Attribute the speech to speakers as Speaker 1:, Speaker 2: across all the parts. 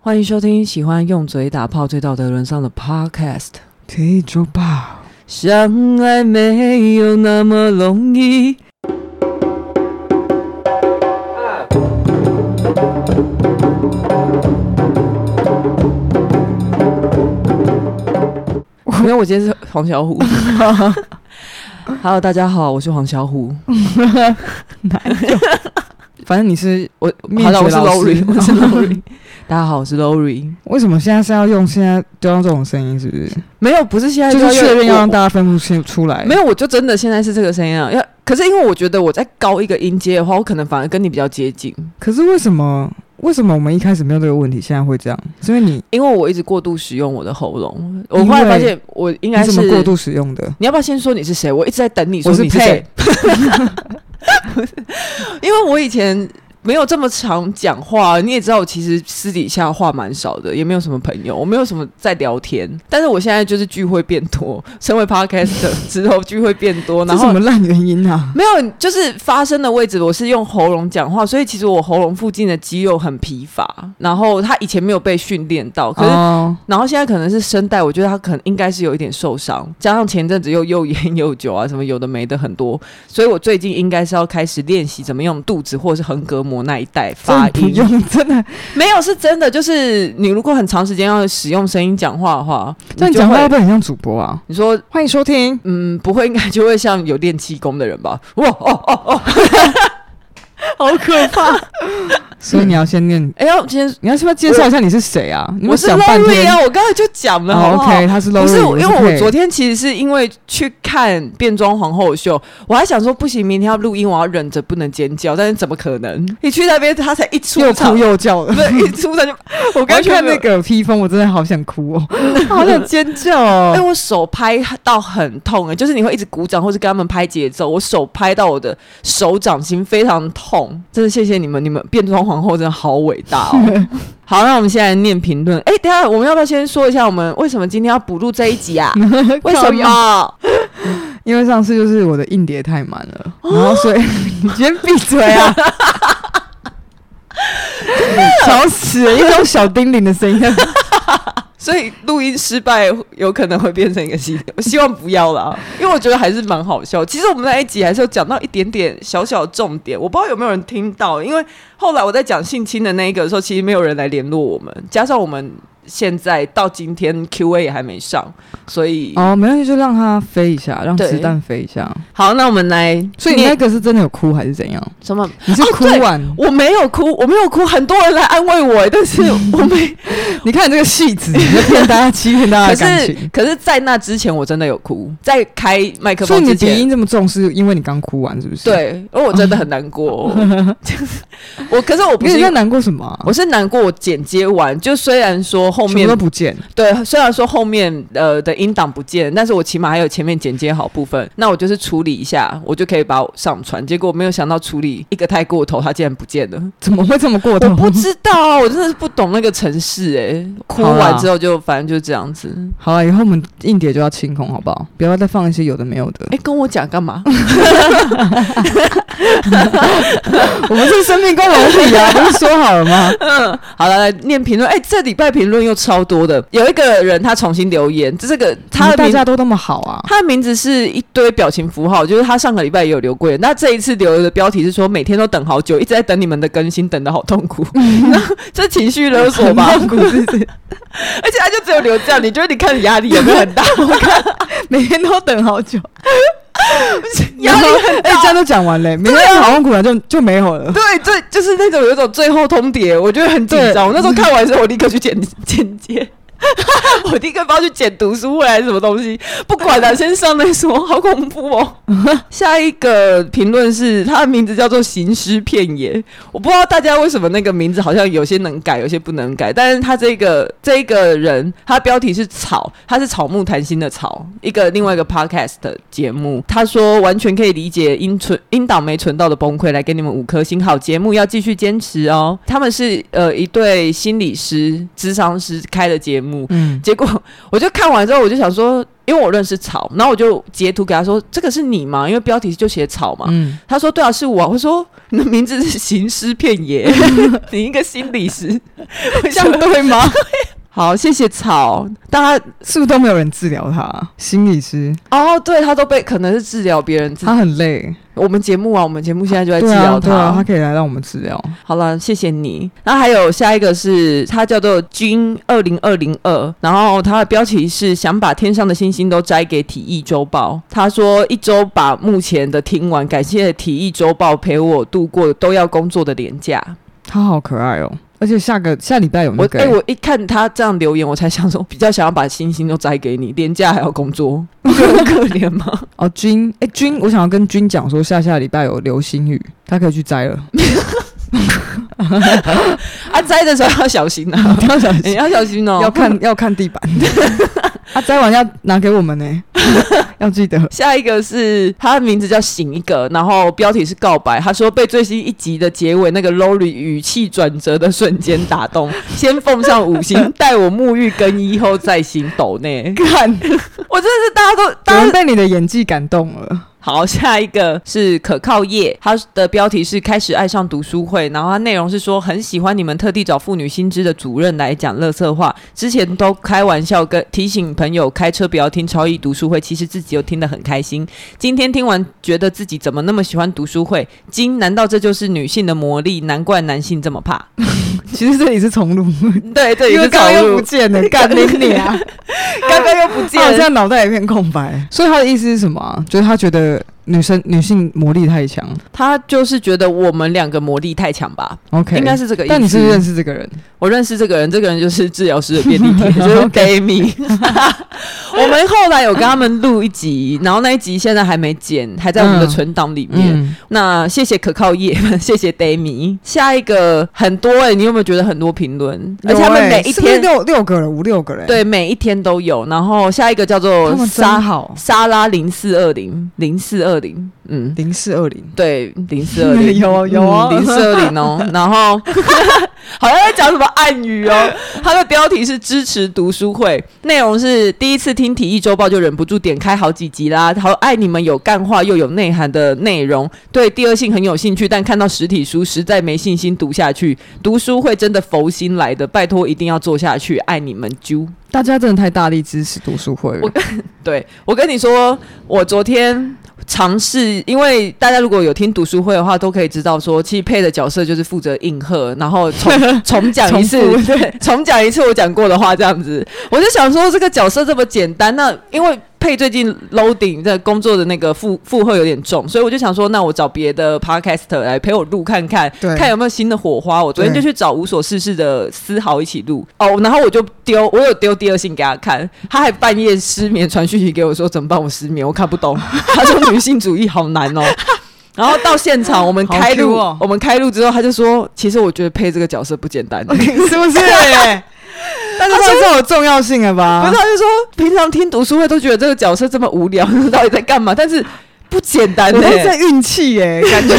Speaker 1: 欢迎收听喜欢用嘴打炮追到德伦上的 Podcast。
Speaker 2: 听周吧，
Speaker 1: 相爱没有那么容易。没有，我今天是黄小 虎。Hello，大家好，我是黄小虎。
Speaker 2: 反正你是我灭
Speaker 1: 好了，我
Speaker 2: 绝
Speaker 1: 是
Speaker 2: 老师
Speaker 1: Lori，我是 Lori。大家好，我是 Lori。
Speaker 2: 为什么现在是要用现在就用这种声音？是不是？
Speaker 1: 没有，不是现在
Speaker 2: 就是
Speaker 1: 要
Speaker 2: 确认要
Speaker 1: 我
Speaker 2: 让大家分不清出来。
Speaker 1: 没有，我就真的现在是这个声音啊。要可是因为我觉得我在高一个音阶的话，我可能反而跟你比较接近，
Speaker 2: 可是为什么？为什么我们一开始没有这个问题，现在会这样？是因为你
Speaker 1: 因为我一直过度使用我的喉咙。我
Speaker 2: 因
Speaker 1: 后来发
Speaker 2: 为
Speaker 1: 现我应
Speaker 2: 你
Speaker 1: 该
Speaker 2: 怎
Speaker 1: 是
Speaker 2: 么过。度使用的？
Speaker 1: 你要不要先说你是谁？我一直在等你说
Speaker 2: 我是
Speaker 1: 你是谁
Speaker 2: 配，
Speaker 1: 因为我以前没有这么常讲话。你也知道，我其实私底下话蛮少的，也没有什么朋友，我没有什么在聊天。但是我现在就是聚会变多， 身为 podcaster 之后聚会变多，然
Speaker 2: 这
Speaker 1: 后
Speaker 2: 什么烂原因啊？
Speaker 1: 没有，就是发声的位置，我是用喉咙讲话，所以其实我喉咙附近的肌肉很疲乏。然后他以前没有被训练到，可是、
Speaker 2: 哦，
Speaker 1: 然后现在可能是声带，我觉得他可能应该是有一点受伤，加上前阵子又又烟又酒啊，什么有的没的很多，所以我最近应该是要开始练习怎么用肚子或者是横膈膜那一带
Speaker 2: 真
Speaker 1: 发
Speaker 2: 的不
Speaker 1: 音。
Speaker 2: 用，真的，
Speaker 1: 没有是真的，就是你如果很长时间要使用声音讲话的话，
Speaker 2: 这样
Speaker 1: 你就
Speaker 2: 讲话
Speaker 1: 会
Speaker 2: 会不会很像主播啊？
Speaker 1: 你说
Speaker 2: 欢迎收听，
Speaker 1: 嗯，不会，应该就会像有练气功的人吧？哇哦哦哦，好可怕！
Speaker 2: 所以你要先念，
Speaker 1: 哎呀，今天
Speaker 2: 你要是不是介绍一下你是谁啊？你
Speaker 1: 我
Speaker 2: 们
Speaker 1: 是
Speaker 2: 想半
Speaker 1: Lori
Speaker 2: 天
Speaker 1: 啊，我刚才就讲了，好
Speaker 2: 哦
Speaker 1: 不好？
Speaker 2: ，OK，他是 Lori，
Speaker 1: 不是，因为我昨
Speaker 2: 天
Speaker 1: 天其实是因为去看变装皇后秀，我还想说不行，明天要录音，我要忍着不能尖叫，但是怎么可能？一去那边，他才一出
Speaker 2: 又哭
Speaker 1: 场，
Speaker 2: 又叫的
Speaker 1: 不。是一出场就，我
Speaker 2: 我刚
Speaker 1: 刚
Speaker 2: 看那，个披风，我真的好想哭 哦，好想尖叫
Speaker 1: 哎、
Speaker 2: 哦！
Speaker 1: 我手拍到很痛哎、就是你会一直鼓掌或是跟他们拍节奏，我手拍到我的手掌心非常痛，真的谢谢你们，你们变装皇后真的好伟大 哦。好，那我们现在念评论。哎、等一下我们要不要先说一下我们为什么今天要补录这一 集啊？为什
Speaker 2: 靠腰？
Speaker 1: 么？
Speaker 2: 因为上次就是我的硬碟太满了，
Speaker 1: 哦
Speaker 2: 然后所以 你先闭嘴 啊！ 吵死了，一种小叮铃的声音。
Speaker 1: 所以录音失败有可能会变成一个系列，我希望不要啦， 因为我觉得还是蛮好笑。其实我们那一集还是有讲到一点点小小的重点，我不知道有没有人听到，因为后来我在讲性侵的那一个的时候，其实没有人来联络我们，加上我们现在到今天 Q&A 也还没上，所以、
Speaker 2: 哦，没关系，就让它飞一下，让
Speaker 1: 对
Speaker 2: 子弹飞一下。
Speaker 1: 好，那我们来，
Speaker 2: 所以你
Speaker 1: 念
Speaker 2: 那个是真的有哭还是怎样？
Speaker 1: 什么？
Speaker 2: 你是
Speaker 1: 哦
Speaker 2: 哭
Speaker 1: 对
Speaker 2: 完？
Speaker 1: 我没有哭，我没有哭，很多人来安慰我，但是我没
Speaker 2: 你看你这个戏子，你在骗大家，欺骗 大
Speaker 1: 可
Speaker 2: 家的感
Speaker 1: 是
Speaker 2: 情。，
Speaker 1: 可是在那之前我真的有哭，在开麦克
Speaker 2: 所以
Speaker 1: 风
Speaker 2: 你
Speaker 1: 之
Speaker 2: 鼻
Speaker 1: 前
Speaker 2: 音，这么重，是因为你刚哭完是不是？，
Speaker 1: 对，因为我真的很难 过。 我可是我不
Speaker 2: 你
Speaker 1: 是因
Speaker 2: 在
Speaker 1: 为，
Speaker 2: 难过什么啊？
Speaker 1: 我是难过。我剪接完，就虽然说后
Speaker 2: 什么
Speaker 1: 面
Speaker 2: 都不见。
Speaker 1: 对，虽然说后面呃的音档不见，但是我起码还有前面剪接好部分。那我就是处理一下，我就可以把我上传。结果没有想到处理一个太过头，它竟然不见 了。
Speaker 2: 怎么会这么过头？
Speaker 1: 我不知道啊，我真的是不懂那个城市哎、 哭
Speaker 2: 好啦
Speaker 1: 完之后就反正就这样子。
Speaker 2: 好啊了，以后我们硬碟就要清空，好不好？不要再放一些有的没有的
Speaker 1: 哎、。跟我讲干嘛？
Speaker 2: 我们是生命共同体啊， 不是说好了吗？
Speaker 1: 嗯，好了，来念评论。哎、这礼拜评论又超多的，有一个人他重新留言，这个他
Speaker 2: 他
Speaker 1: 的
Speaker 2: 嗯大
Speaker 1: 名
Speaker 2: 家都那么好啊，
Speaker 1: 他的名字是一堆表情符号，就是他上个礼拜也有留过言。那这一次留的标题是说每天都等好久，一直在等你们的更新，等的好痛苦。这情绪勒索 吧，
Speaker 2: 很痛苦是不是
Speaker 1: 而且他就只有留这样，你觉得你看压力有没有很大？
Speaker 2: 每天都等好 久，
Speaker 1: 压力很
Speaker 2: 哎、
Speaker 1: 大。
Speaker 2: 这样都讲完了，每天都好痛苦啊，就就没有了。
Speaker 1: 对，这就是那种有一种最后通牒，我觉得很紧张。我那时候看完之后，我立刻去剪剪接， 我立刻不知道去剪读书会还是什么东西， 不管了，先上再说。好恐怖哦！下一个评论是他的名字叫做“行尸遍野”，我不知道大家为什么那个名字好像有些能改，有些不能改。但是他这个这一个人，他标题是“草”，他是草木谈心的草，一个另外一个 podcast 的节目。他说完全可以理解因存因档没存到的崩溃，来给你们五颗星好节目，要继续坚持哦。他们是呃一对心理师、智商师开的节目，
Speaker 2: 嗯，
Speaker 1: 结果我就看完之后，我就想说，因为我认识草，然后我就截图给他说：“这个是你吗？”因为标题就写草嘛。
Speaker 2: 嗯，
Speaker 1: 他说：“对啊，是我、啊。”我说：“你的名字是行尸遍 野，你一个心理师，我
Speaker 2: 这
Speaker 1: 想
Speaker 2: 样对 吗？
Speaker 1: 好，谢谢草。大家
Speaker 2: 是不是都没有人治疗他啊？心理师
Speaker 1: 哦，对他都被可能是治疗别人治，
Speaker 2: 他很累，
Speaker 1: 我们节目啊，我们节目现在就在治
Speaker 2: 啊对啊
Speaker 1: 疗
Speaker 2: 对啊，他可以来让我们治疗。
Speaker 1: 好了，谢谢你。那还有下一个是，它叫做“君二零二零二”，然后它的标题是“想把天上的星星都摘给体育周报”。他说一周把目前的听完，感谢体育周报陪我度过都要工作的年假。
Speaker 2: 他好可爱哦，而且下个下礼拜有
Speaker 1: 我
Speaker 2: 那个
Speaker 1: 哎、
Speaker 2: 欸、
Speaker 1: 我一看他这样留言，我才想说，比较想要把星星都摘给你，年假还要工作， 不觉得很可怜吗？
Speaker 2: 哦君哎、君，我想要跟君讲说下下礼拜有流星雨，他可以去摘了。
Speaker 1: 啊，摘的时候要小心 啊，
Speaker 2: 要小
Speaker 1: 你
Speaker 2: 心，
Speaker 1: 要小心哦。
Speaker 2: 要看要看地板。 他摘完要拿给我们呢、 要记得。
Speaker 1: 下一个是他的名字叫醒一个，然后标题是告白。他说被最新一集的结尾那个 Lori 语气转折的瞬间打动，先奉上五 星，待我沐浴更衣后再行抖内。
Speaker 2: 看，
Speaker 1: 我真的是大家都
Speaker 2: 有
Speaker 1: 大
Speaker 2: 人
Speaker 1: 家
Speaker 2: 被你的演技感动了。
Speaker 1: 好。下一个是可靠夜，他的标题是开始爱上读书会，然后他内容是说很喜欢你们特地找妇女新知的主任来讲乐色话，之前都开玩笑跟提醒朋友开车不要听超意读书会，其实自己又听得很开心。今天听完，觉得自己怎么那么喜欢读书会？金，难道这就是女性的魔力？难怪男性这么 怕。
Speaker 2: 其实这里是重录，
Speaker 1: 对，这也
Speaker 2: 因为
Speaker 1: 是
Speaker 2: 刚刚
Speaker 1: 套
Speaker 2: 又
Speaker 1: 路
Speaker 2: 不，见了，干你你啊！
Speaker 1: 刚刚又不
Speaker 2: 他好
Speaker 1: 见了。
Speaker 2: 像脑袋一片空白。所以他的意思是什么、啊？就是他觉得女生女性魔力太强。
Speaker 1: 他就是觉得我们两个魔力太强吧，
Speaker 2: OK，
Speaker 1: 应该是这个意思。
Speaker 2: 但你是不是认识这个人？
Speaker 1: 我认识这个人，这个人就是治疗师的便利 贴，就是 Dami。我们后来有跟他们录一集，然后那一集现在还没剪，还在我们的
Speaker 2: 嗯
Speaker 1: 存档里面。，那谢谢可靠夜， 谢谢 Dami。下一个很多哎、你有没有觉得很多评论？而且他们
Speaker 2: 有欸
Speaker 1: 每一
Speaker 2: 是不是
Speaker 1: 天
Speaker 2: 六六个人，五六个人，，
Speaker 1: 对，每一天都有。然后下一个叫
Speaker 2: 他
Speaker 1: 做
Speaker 2: 们真
Speaker 1: 沙
Speaker 2: 好，
Speaker 1: 沙拉零四二零零四二零，嗯，
Speaker 2: 零四二零，
Speaker 1: 对，零四二零
Speaker 2: 有有哦
Speaker 1: 零四二零 哦。然后 好像在讲什么暗语哦。它的标题是支持读书会，内容是第一次听体育周报就忍不住点开好几集啦，好爱你们有干话又有内涵的内容，对第二性很有兴趣，但看到实体书实在没信心读下去。读书会真的佛心来的，拜托一定要做下去，爱你们啾。
Speaker 2: 大家真的太大力支持读书会了
Speaker 1: 我。对我跟你说，我昨天尝试，因为大家如果有听读书会的话，都可以知道说，其实配的角色就是负责应和，然后重 重讲一次
Speaker 2: 重，
Speaker 1: 对， 重讲一次我讲过的话，这样子。我就想说，这个角色这么简单，那因为。配最近 loading 的工作的那个负负荷有点重，所以我就想说，那我找别的 podcaster 来陪我录看看，
Speaker 2: 对
Speaker 1: 看有没有新的火花。我昨天就
Speaker 2: 对
Speaker 1: 去找无所事事的思豪一起录哦，然后我就丢，我有丢第二信给他看，他还半夜失眠传讯息给我说怎么办，我失眠，我看不 懂。他说女性主义好难哦。然后到现场，我们
Speaker 2: 好
Speaker 1: 开录，
Speaker 2: Q 哦
Speaker 1: 我们开录之后，他就说，其实我觉得配这个角色不简 单。
Speaker 2: 是不是？但是这是有重要性了
Speaker 1: 啊不
Speaker 2: 吧
Speaker 1: 是，？他就说平常听读书会都觉得这个角色这么无聊， 到底在干嘛？但是不简单
Speaker 2: 我
Speaker 1: 呢、
Speaker 2: 都在运气 耶，感觉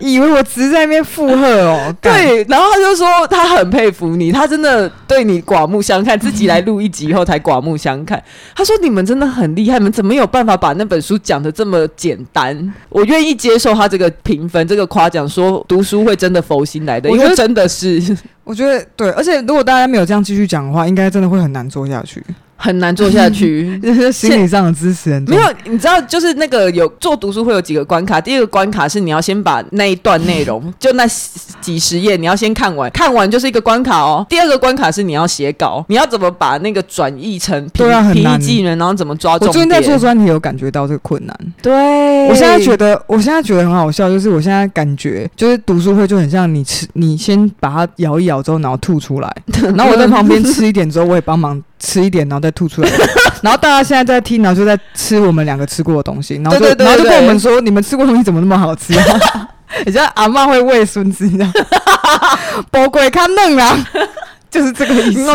Speaker 2: 以为我只是在那边附和 哦。干，
Speaker 1: 对，然后他就说他很佩服你，他真的对你刮目相看，自己来录一集以后才刮目相看。他说你们真的很厉害，你们怎么有办法把那本书讲的这么简单？我愿意接受他这个评分，这个夸奖，说读书会真的佛心来的，
Speaker 2: 我
Speaker 1: 因
Speaker 2: 觉
Speaker 1: 为
Speaker 2: 得
Speaker 1: 真的是
Speaker 2: 我觉得对，而且如果大家没有这样继续讲的话，应该真的会很难做下 去。
Speaker 1: 很难做下去。
Speaker 2: 这是心理上的支持很重
Speaker 1: 没
Speaker 2: 要
Speaker 1: 有，你知道，就是那个有做读书会有几个关卡。第一个关卡是你要先把那一段内容， 就那几十页，你要先看完，看完就是一个关卡哦。第二个关卡是你要写稿，你要怎么把那个转译成平
Speaker 2: 对啊很
Speaker 1: 平易
Speaker 2: 难
Speaker 1: 技能，然后怎么抓重点。
Speaker 2: 我最近在做专题，有感觉到这个困难。
Speaker 1: 对，
Speaker 2: 我现在觉
Speaker 1: 得
Speaker 2: 得，我现在觉得很好笑，就是我现在感觉，就是读书会就很像你吃，你先把它摇一摇之后，然后吐出来， 然后 我在旁边吃一点之后，我也帮忙吃一点，然后再吐出来。 然后大家现在在听，然后就在吃我们两个吃过的东西，然后就
Speaker 1: 对对对
Speaker 2: 然后就
Speaker 1: 对
Speaker 2: 跟我们说，你们吃过的东西怎么那么好吃、 啊？你知道阿嬷会喂孙子，你知道， 宝贵看嫩啊， 就是这个意思。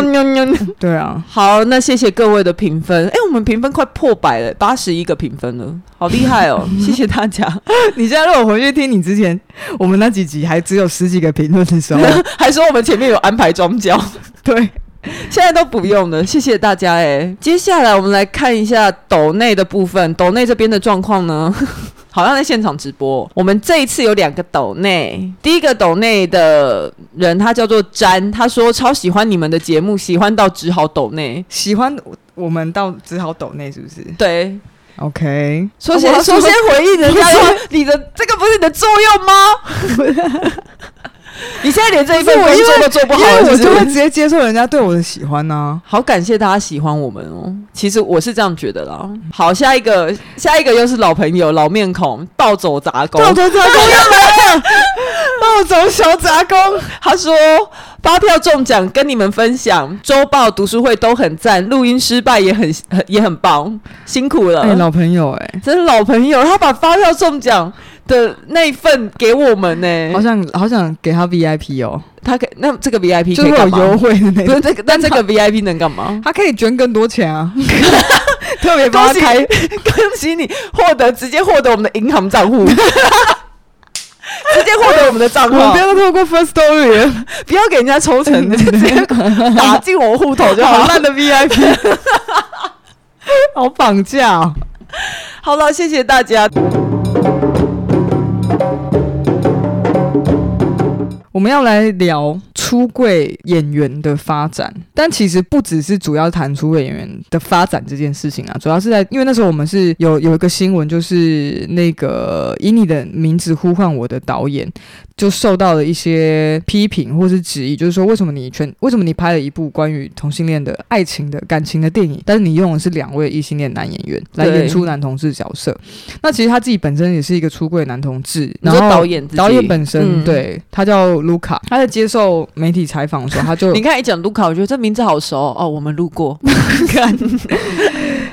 Speaker 2: 对啊，
Speaker 1: 好，那谢谢各位的评分。哎、我们评分快破百了，八十一个评分了，好厉害哦！谢谢大家。
Speaker 2: 你现在如果回去听你之 前我们那几集还只有十几个评论的时候，
Speaker 1: 还说我们前面有安排装脚，
Speaker 2: 对，
Speaker 1: 现在都不用了，谢谢大家哎、接下来我们来看一下抖内的部分，抖内这边的状况呢， 好像在现场直播。我们这一次有两个抖内，第一个抖内的人他叫做詹，他说超喜欢你们的节目，喜欢到只好抖内。
Speaker 2: 喜欢我我们到只好抖内是不是
Speaker 1: 对，
Speaker 2: ？OK，
Speaker 1: 首
Speaker 2: 我
Speaker 1: 先
Speaker 2: 要
Speaker 1: 首先回应人家
Speaker 2: 不是，
Speaker 1: 你的这个不是你的作用吗？ 你现在连这一份
Speaker 2: 不是
Speaker 1: 工
Speaker 2: 我因为
Speaker 1: 作都做不好
Speaker 2: 因
Speaker 1: 了，
Speaker 2: 为我
Speaker 1: 是不
Speaker 2: 就是会直接接受人家对我的喜欢呢、
Speaker 1: 好感谢大家喜欢我们哦，其实我是这样觉得啦。好，下一个，下一个又是老朋友、老面孔，暴走杂工。
Speaker 2: 暴走杂工要来了， 暴走小杂工，
Speaker 1: 他说发票中奖，跟你们分享，周报、读书会都很赞，录音失败也很很也很棒，辛苦了。
Speaker 2: 哎、老朋友、
Speaker 1: 真是老朋友，他把发票中奖的那一份给我们呢、
Speaker 2: 哎，好想好想给他 VIP 哦，
Speaker 1: 他可以那这个 VIP
Speaker 2: 就
Speaker 1: 可
Speaker 2: 是
Speaker 1: 以
Speaker 2: 会有
Speaker 1: 干嘛？
Speaker 2: 优惠的那
Speaker 1: 不是
Speaker 2: 种，
Speaker 1: 这个，但这个 VIP 能干嘛？
Speaker 2: 他可以捐更多钱啊， 特别帮
Speaker 1: 恭
Speaker 2: 他
Speaker 1: 喜
Speaker 2: 开
Speaker 1: 恭喜你获得直接获得我们的银行账 户，直接获得我们的账
Speaker 2: 我
Speaker 1: 户，
Speaker 2: 们不要再透过 First Story 了，
Speaker 1: 不要给人家抽成， 就直接打进我户头就好
Speaker 2: 好
Speaker 1: 了。
Speaker 2: 烂的 VIP，好绑架、哦。
Speaker 1: 好了，谢谢大家。
Speaker 2: 我们要来聊出柜演员的发展，但其实不只是主要谈出柜演员的发展这件事情啊，主要是在因为那时候我们是有有一个新闻，就是那个以你的名字呼唤我的导演就受到了一些批评或是质疑，就是说为什么你全为什么你拍了一部关于同性恋的爱情的感情的电影，但是你用的是两位异性恋男演员来
Speaker 1: 对
Speaker 2: 演出男同志角色，那其实他自己本身也是一个出柜男同志，
Speaker 1: 你
Speaker 2: 然
Speaker 1: 说
Speaker 2: 后
Speaker 1: 导演自己
Speaker 2: 导演本身、
Speaker 1: 嗯
Speaker 2: 对他叫卢卡， 他在接受媒体采访的时候，他就
Speaker 1: 你看一讲卢卡，我觉得这名字好熟哦。哦我们路 过，看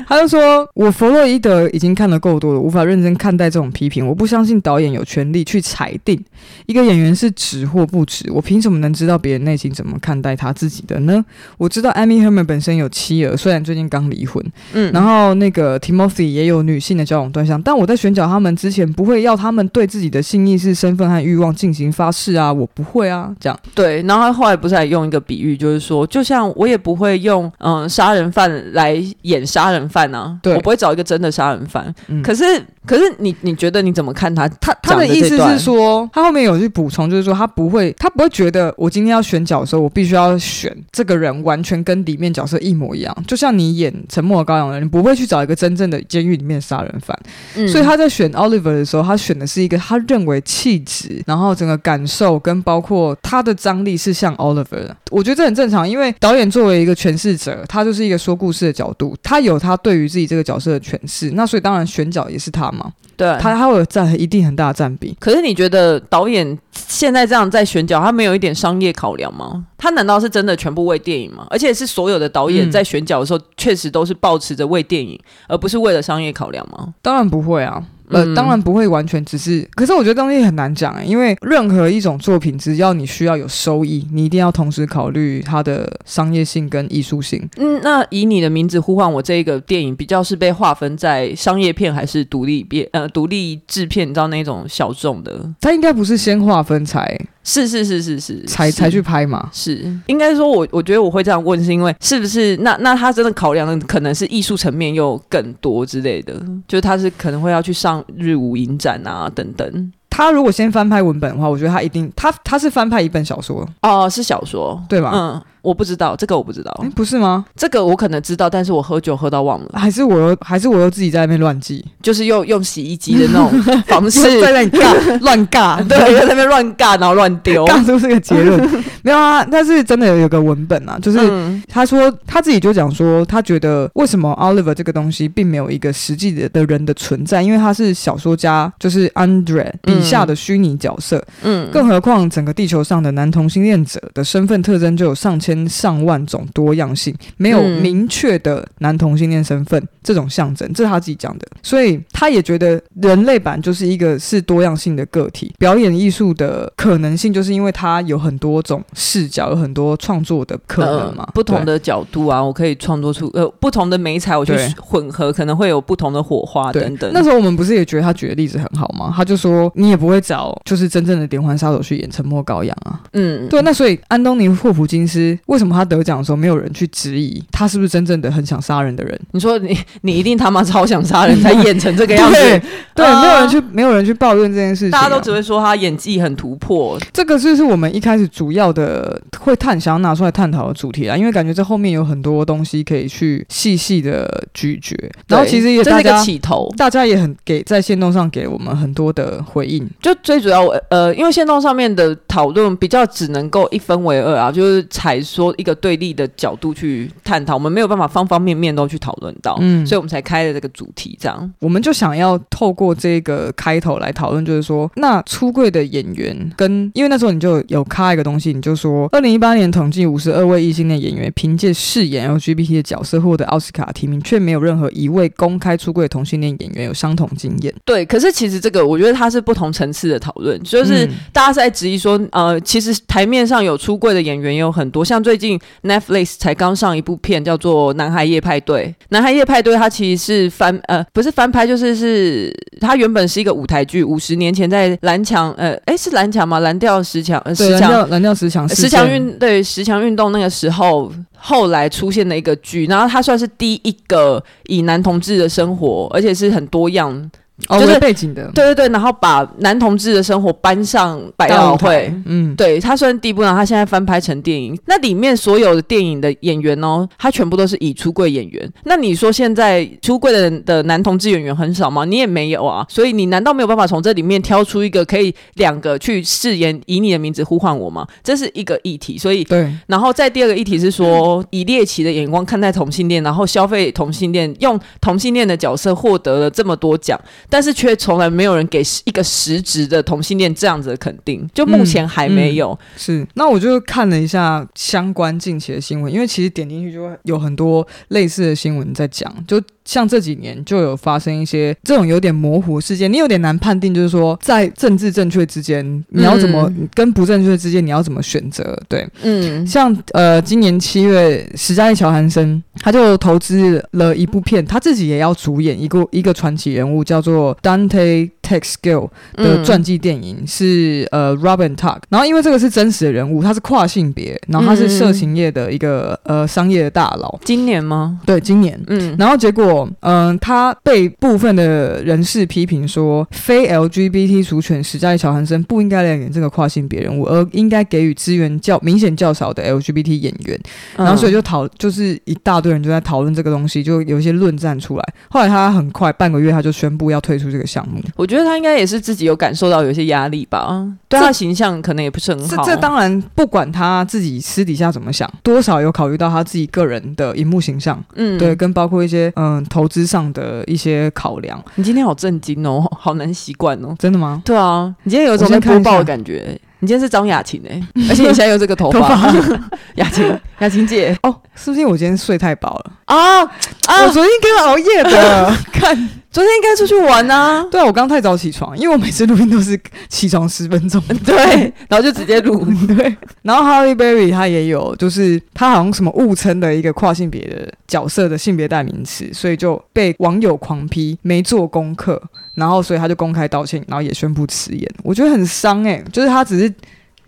Speaker 2: 他就说：“我弗洛伊德已经看得够多了，无法认真看待这种批评。我不相信导演有权利去裁定一个演员是值或不值。我凭什么能知道别人内心怎么看待他自己的呢？我知道艾米· m 门本身有妻儿，虽然最近刚离婚，
Speaker 1: 嗯，
Speaker 2: 然后那个 Timothy 也有女性的交往对象，但我在选角他们之前，不会要他们对自己的性意识、身份和欲望进行发誓啊，我不会啊，这样。”
Speaker 1: 对，然后他后来不是还用一个比喻，就是说，就像我也不会用嗯杀人犯来演杀人犯啊，
Speaker 2: 对
Speaker 1: 我不会找一个真的杀人犯。
Speaker 2: 嗯
Speaker 1: 可是，可是你你觉得你怎么看他？他
Speaker 2: 他的
Speaker 1: 讲
Speaker 2: 意
Speaker 1: 这
Speaker 2: 思
Speaker 1: 段
Speaker 2: 是说，他后面有去补充，就是说他不会，他不会觉得我今天要选角的时候，我必须要选这个人完全跟里面角色一模一样。就像你演《沉默的羔羊》的人，你不会去找一个真正的监狱里面的杀人犯。
Speaker 1: 嗯
Speaker 2: 所以他在选 Oliver 的时候，他选的是一个他认为气质，然后整个感受跟包括他的张力是像 Oliver 的。我觉得这很正常，因为导演作为一个诠释者，他就是一个说故事的角度，他有他对于自己这个角色的诠释。那所以当然选角也是他嘛，
Speaker 1: 对
Speaker 2: 他他会有占一定很大的占比。
Speaker 1: 可是你觉得导演现在这样在选角，他没有一点商业考量吗？他难道是真的全部为电影吗？而且是所有的导演
Speaker 2: 嗯
Speaker 1: 在选角的时候，确实都是保持着为电影，而不是为了商业考量吗？
Speaker 2: 当然不会啊，呃，
Speaker 1: 嗯
Speaker 2: 当然不会完全只是，可是我觉得东西很难讲、欸，因为任何一种作品，只要你需要有收益，你一定要同时考虑它的商业性跟艺术性。
Speaker 1: 嗯，那以你的名字呼唤我这个电影，比较是被划分在商业片还是独立片？呃，独立制片，你知道那种小众的？
Speaker 2: 它应该不是先划分才
Speaker 1: 是是是是是，
Speaker 2: 才
Speaker 1: 是
Speaker 2: 才去拍嘛？
Speaker 1: 是，应该说我，我觉得我会这样问，是因为是不是那那他真的考量的可能是艺术层面又更多之类的，就是他是可能会要去上日舞影展啊等等。
Speaker 2: 他如果先翻拍文本的话，我觉得他一定，他他是翻拍一本小说，
Speaker 1: 哦、是小说
Speaker 2: 对吧
Speaker 1: 嗯，我不知道这个，我不知道、
Speaker 2: 哎、不是吗？
Speaker 1: 这个我可能知道，但是我喝酒喝到忘了，
Speaker 2: 还是我又还是我又自己在那边乱记，
Speaker 1: 就是又用洗衣机的那 种方式，
Speaker 2: 在那里尬乱尬，
Speaker 1: 对，又在那边乱尬，然后乱 丢。
Speaker 2: 尬出这个结论没有啊？但是真的有个文本啊，就是
Speaker 1: 嗯
Speaker 2: 他说他自己就讲说，他觉得为什么 Oliver 这个东西并没有一个实际的的人的存在，因为他是小说家，就是 Andre 笔下的虚拟角色，
Speaker 1: 嗯，
Speaker 2: 更何况整个地球上的男同性恋者的身份特征就有上千上万种多样性，没有
Speaker 1: 嗯
Speaker 2: 明确的男同性恋身份，这种象征，这是他自己讲的。所以他也觉得人类版就是一个是多样性的个体，表演艺术的可能性就是因为它有很多种视角，有很多创作的可能嘛，
Speaker 1: 呃、不同
Speaker 2: 对
Speaker 1: 的角度啊，我可以创作出呃不同的美彩，我去
Speaker 2: 对
Speaker 1: 混合，可能会有不同的火花
Speaker 2: 对，
Speaker 1: 等等。
Speaker 2: 那时候我们不是也觉得他举的例子很好吗？他就说你也不会找就是真正的连环杀手去演沉默羔羊啊。
Speaker 1: 嗯，
Speaker 2: 对，那所以安东尼霍普金斯为什么他得奖的时候没有人去质疑他是不是真正的很想杀人的人？
Speaker 1: 你说你你一定他妈超想杀人才演成这个样
Speaker 2: 对
Speaker 1: 子，
Speaker 2: 对，
Speaker 1: 啊
Speaker 2: 没有人去没有人去抱怨这件事情啊、
Speaker 1: 大家都只会说他演技很突破。
Speaker 2: 这个就是我们一开始主要的会探想要拿出来探讨的主题啦，因为感觉这后面有很多东西可以去细细的咀嚼，然后
Speaker 1: 对
Speaker 2: 其实也
Speaker 1: 这
Speaker 2: 大
Speaker 1: 是个
Speaker 2: 家
Speaker 1: 起头，
Speaker 2: 大家也很给在线动上给我们很多的回应，
Speaker 1: 就最主要我呃，因为线动上面的讨论比较只能够一分为二啊，就是采说一个对立的角度去探讨，我们没有办法方方面面都去讨论到，
Speaker 2: 嗯
Speaker 1: 所以我们才开了这个主题这样。
Speaker 2: 我们就想要透过这个开头来讨论，就是说，那出柜的演员跟，因为那时候你就有咖一个东西，你就说，二零一八年统计五十二位异性恋演员凭借饰演 LGBT 的角色获得奥斯卡提名，却没有任何一位公开出柜的同性恋演员有相同经验，
Speaker 1: 对，可是其实这个我觉得它是不同层次的讨论，就是。
Speaker 2: 嗯
Speaker 1: 大家在质疑说，呃，其实台面上有出柜的演员也有很多，像最近 Netflix 才刚上一部片叫做《男孩夜派对》。《男孩夜派对》它其实是翻呃不是翻拍，就是是它原本是一个舞台剧，五十年前在蓝墙呃诶，是蓝墙吗？蓝调十强呃
Speaker 2: 对，
Speaker 1: 十
Speaker 2: 蓝
Speaker 1: 强
Speaker 2: 调蓝调十强，
Speaker 1: 十强运对十强运动那个时候，后来出现的一个剧，然后它算是第一个以男同志的生活，而且是很多样
Speaker 2: 哦，
Speaker 1: 就是
Speaker 2: 为背景的
Speaker 1: 对对对，然后把男同志的生活搬上百
Speaker 2: 大
Speaker 1: 老
Speaker 2: 舞
Speaker 1: 汇
Speaker 2: 台。，嗯，
Speaker 1: 对他虽然第一部呢，他现在翻拍成电影，那里面所有的电影的演员哦，他全部都是以出柜演员。那你说现在出柜的的男同志演员很少吗？你也没有啊，所以你难道没有办法从这里面挑出一个可以两个去饰演以你的名字呼唤我吗？这是一个议题，所以
Speaker 2: 对，
Speaker 1: 然后再第二个议题是说，以猎奇的眼光看待同性恋，然后消费同性恋，用同性恋的角色获得了这么多奖，但是却从来没有人给一个实质的同性恋这样子的肯定，就目前还没有。
Speaker 2: 是，那我就看了一下相关近期的新闻，因为其实点进去就会有很多类似的新闻在讲，就像这几年就有发生一些这种有点模糊的事件，你有点难判定，就是说在政治正确之间，你要怎么、跟不正确之间，你要怎么选择？对，
Speaker 1: 嗯
Speaker 2: 像呃，今年七月，史嘉丽·乔韩森他就投资了一部片，他自己也要主演一个一个传奇人物，叫做 Dante Texgill
Speaker 1: 嗯
Speaker 2: 的传记电影，是呃 Robin Tuck。然后因为这个是真实的人物，他是跨性别，然后他是色情业的一个、呃商业的大佬。
Speaker 1: 今年吗？
Speaker 2: 对，今年。
Speaker 1: 嗯，
Speaker 2: 然后结果，嗯、他被部分的人士批评说，非 LGBT 族群史嘉丽·乔韩森不应该来演这个跨性别人物，而应该给予资源较明显较少的 LGBT 演员。然后所以
Speaker 1: 就
Speaker 2: 就讨，就是一大堆人就在讨论这个东西，就有一些论战出来。后来他很快半个月，他就宣布要退出这个项目。
Speaker 1: 我觉得他应该也是自己有感受到有一些压力吧，对
Speaker 2: 这
Speaker 1: 他形象可能也不是很
Speaker 2: 这
Speaker 1: 好。啊
Speaker 2: 这当然不管他自己私底下怎么想，多少有考虑到他自己个人的荧幕形象，
Speaker 1: 嗯
Speaker 2: 对，，跟包括一些嗯投资上的一些考量。
Speaker 1: 你今天好震惊哦，好难习惯哦。
Speaker 2: 真的吗？
Speaker 1: 对啊，你今天有一种
Speaker 2: 我先
Speaker 1: 在播
Speaker 2: 看一
Speaker 1: 报
Speaker 2: 下
Speaker 1: 的感觉欸、你今天是张雅琴哎、 而且你现在有这个头发， 雅琴，雅琴姐
Speaker 2: 哦，是不是因为我今天睡太饱了？
Speaker 1: 啊
Speaker 2: 我
Speaker 1: 啊！
Speaker 2: 昨天跟他熬夜的。 看，
Speaker 1: 昨天应该出去玩啊，
Speaker 2: 对啊，我刚太早起床，因为我每次录音都是起床十分钟。
Speaker 1: 对，然后就直接录，
Speaker 2: 对，然后 Harry Berry 他也有，就是他好像什么误称的一个跨性别的角色的性别代名词，所以就被网友狂批没做功课，然后所以他就公开道歉，然后也宣布辞演。我觉得很伤哎、就是他只是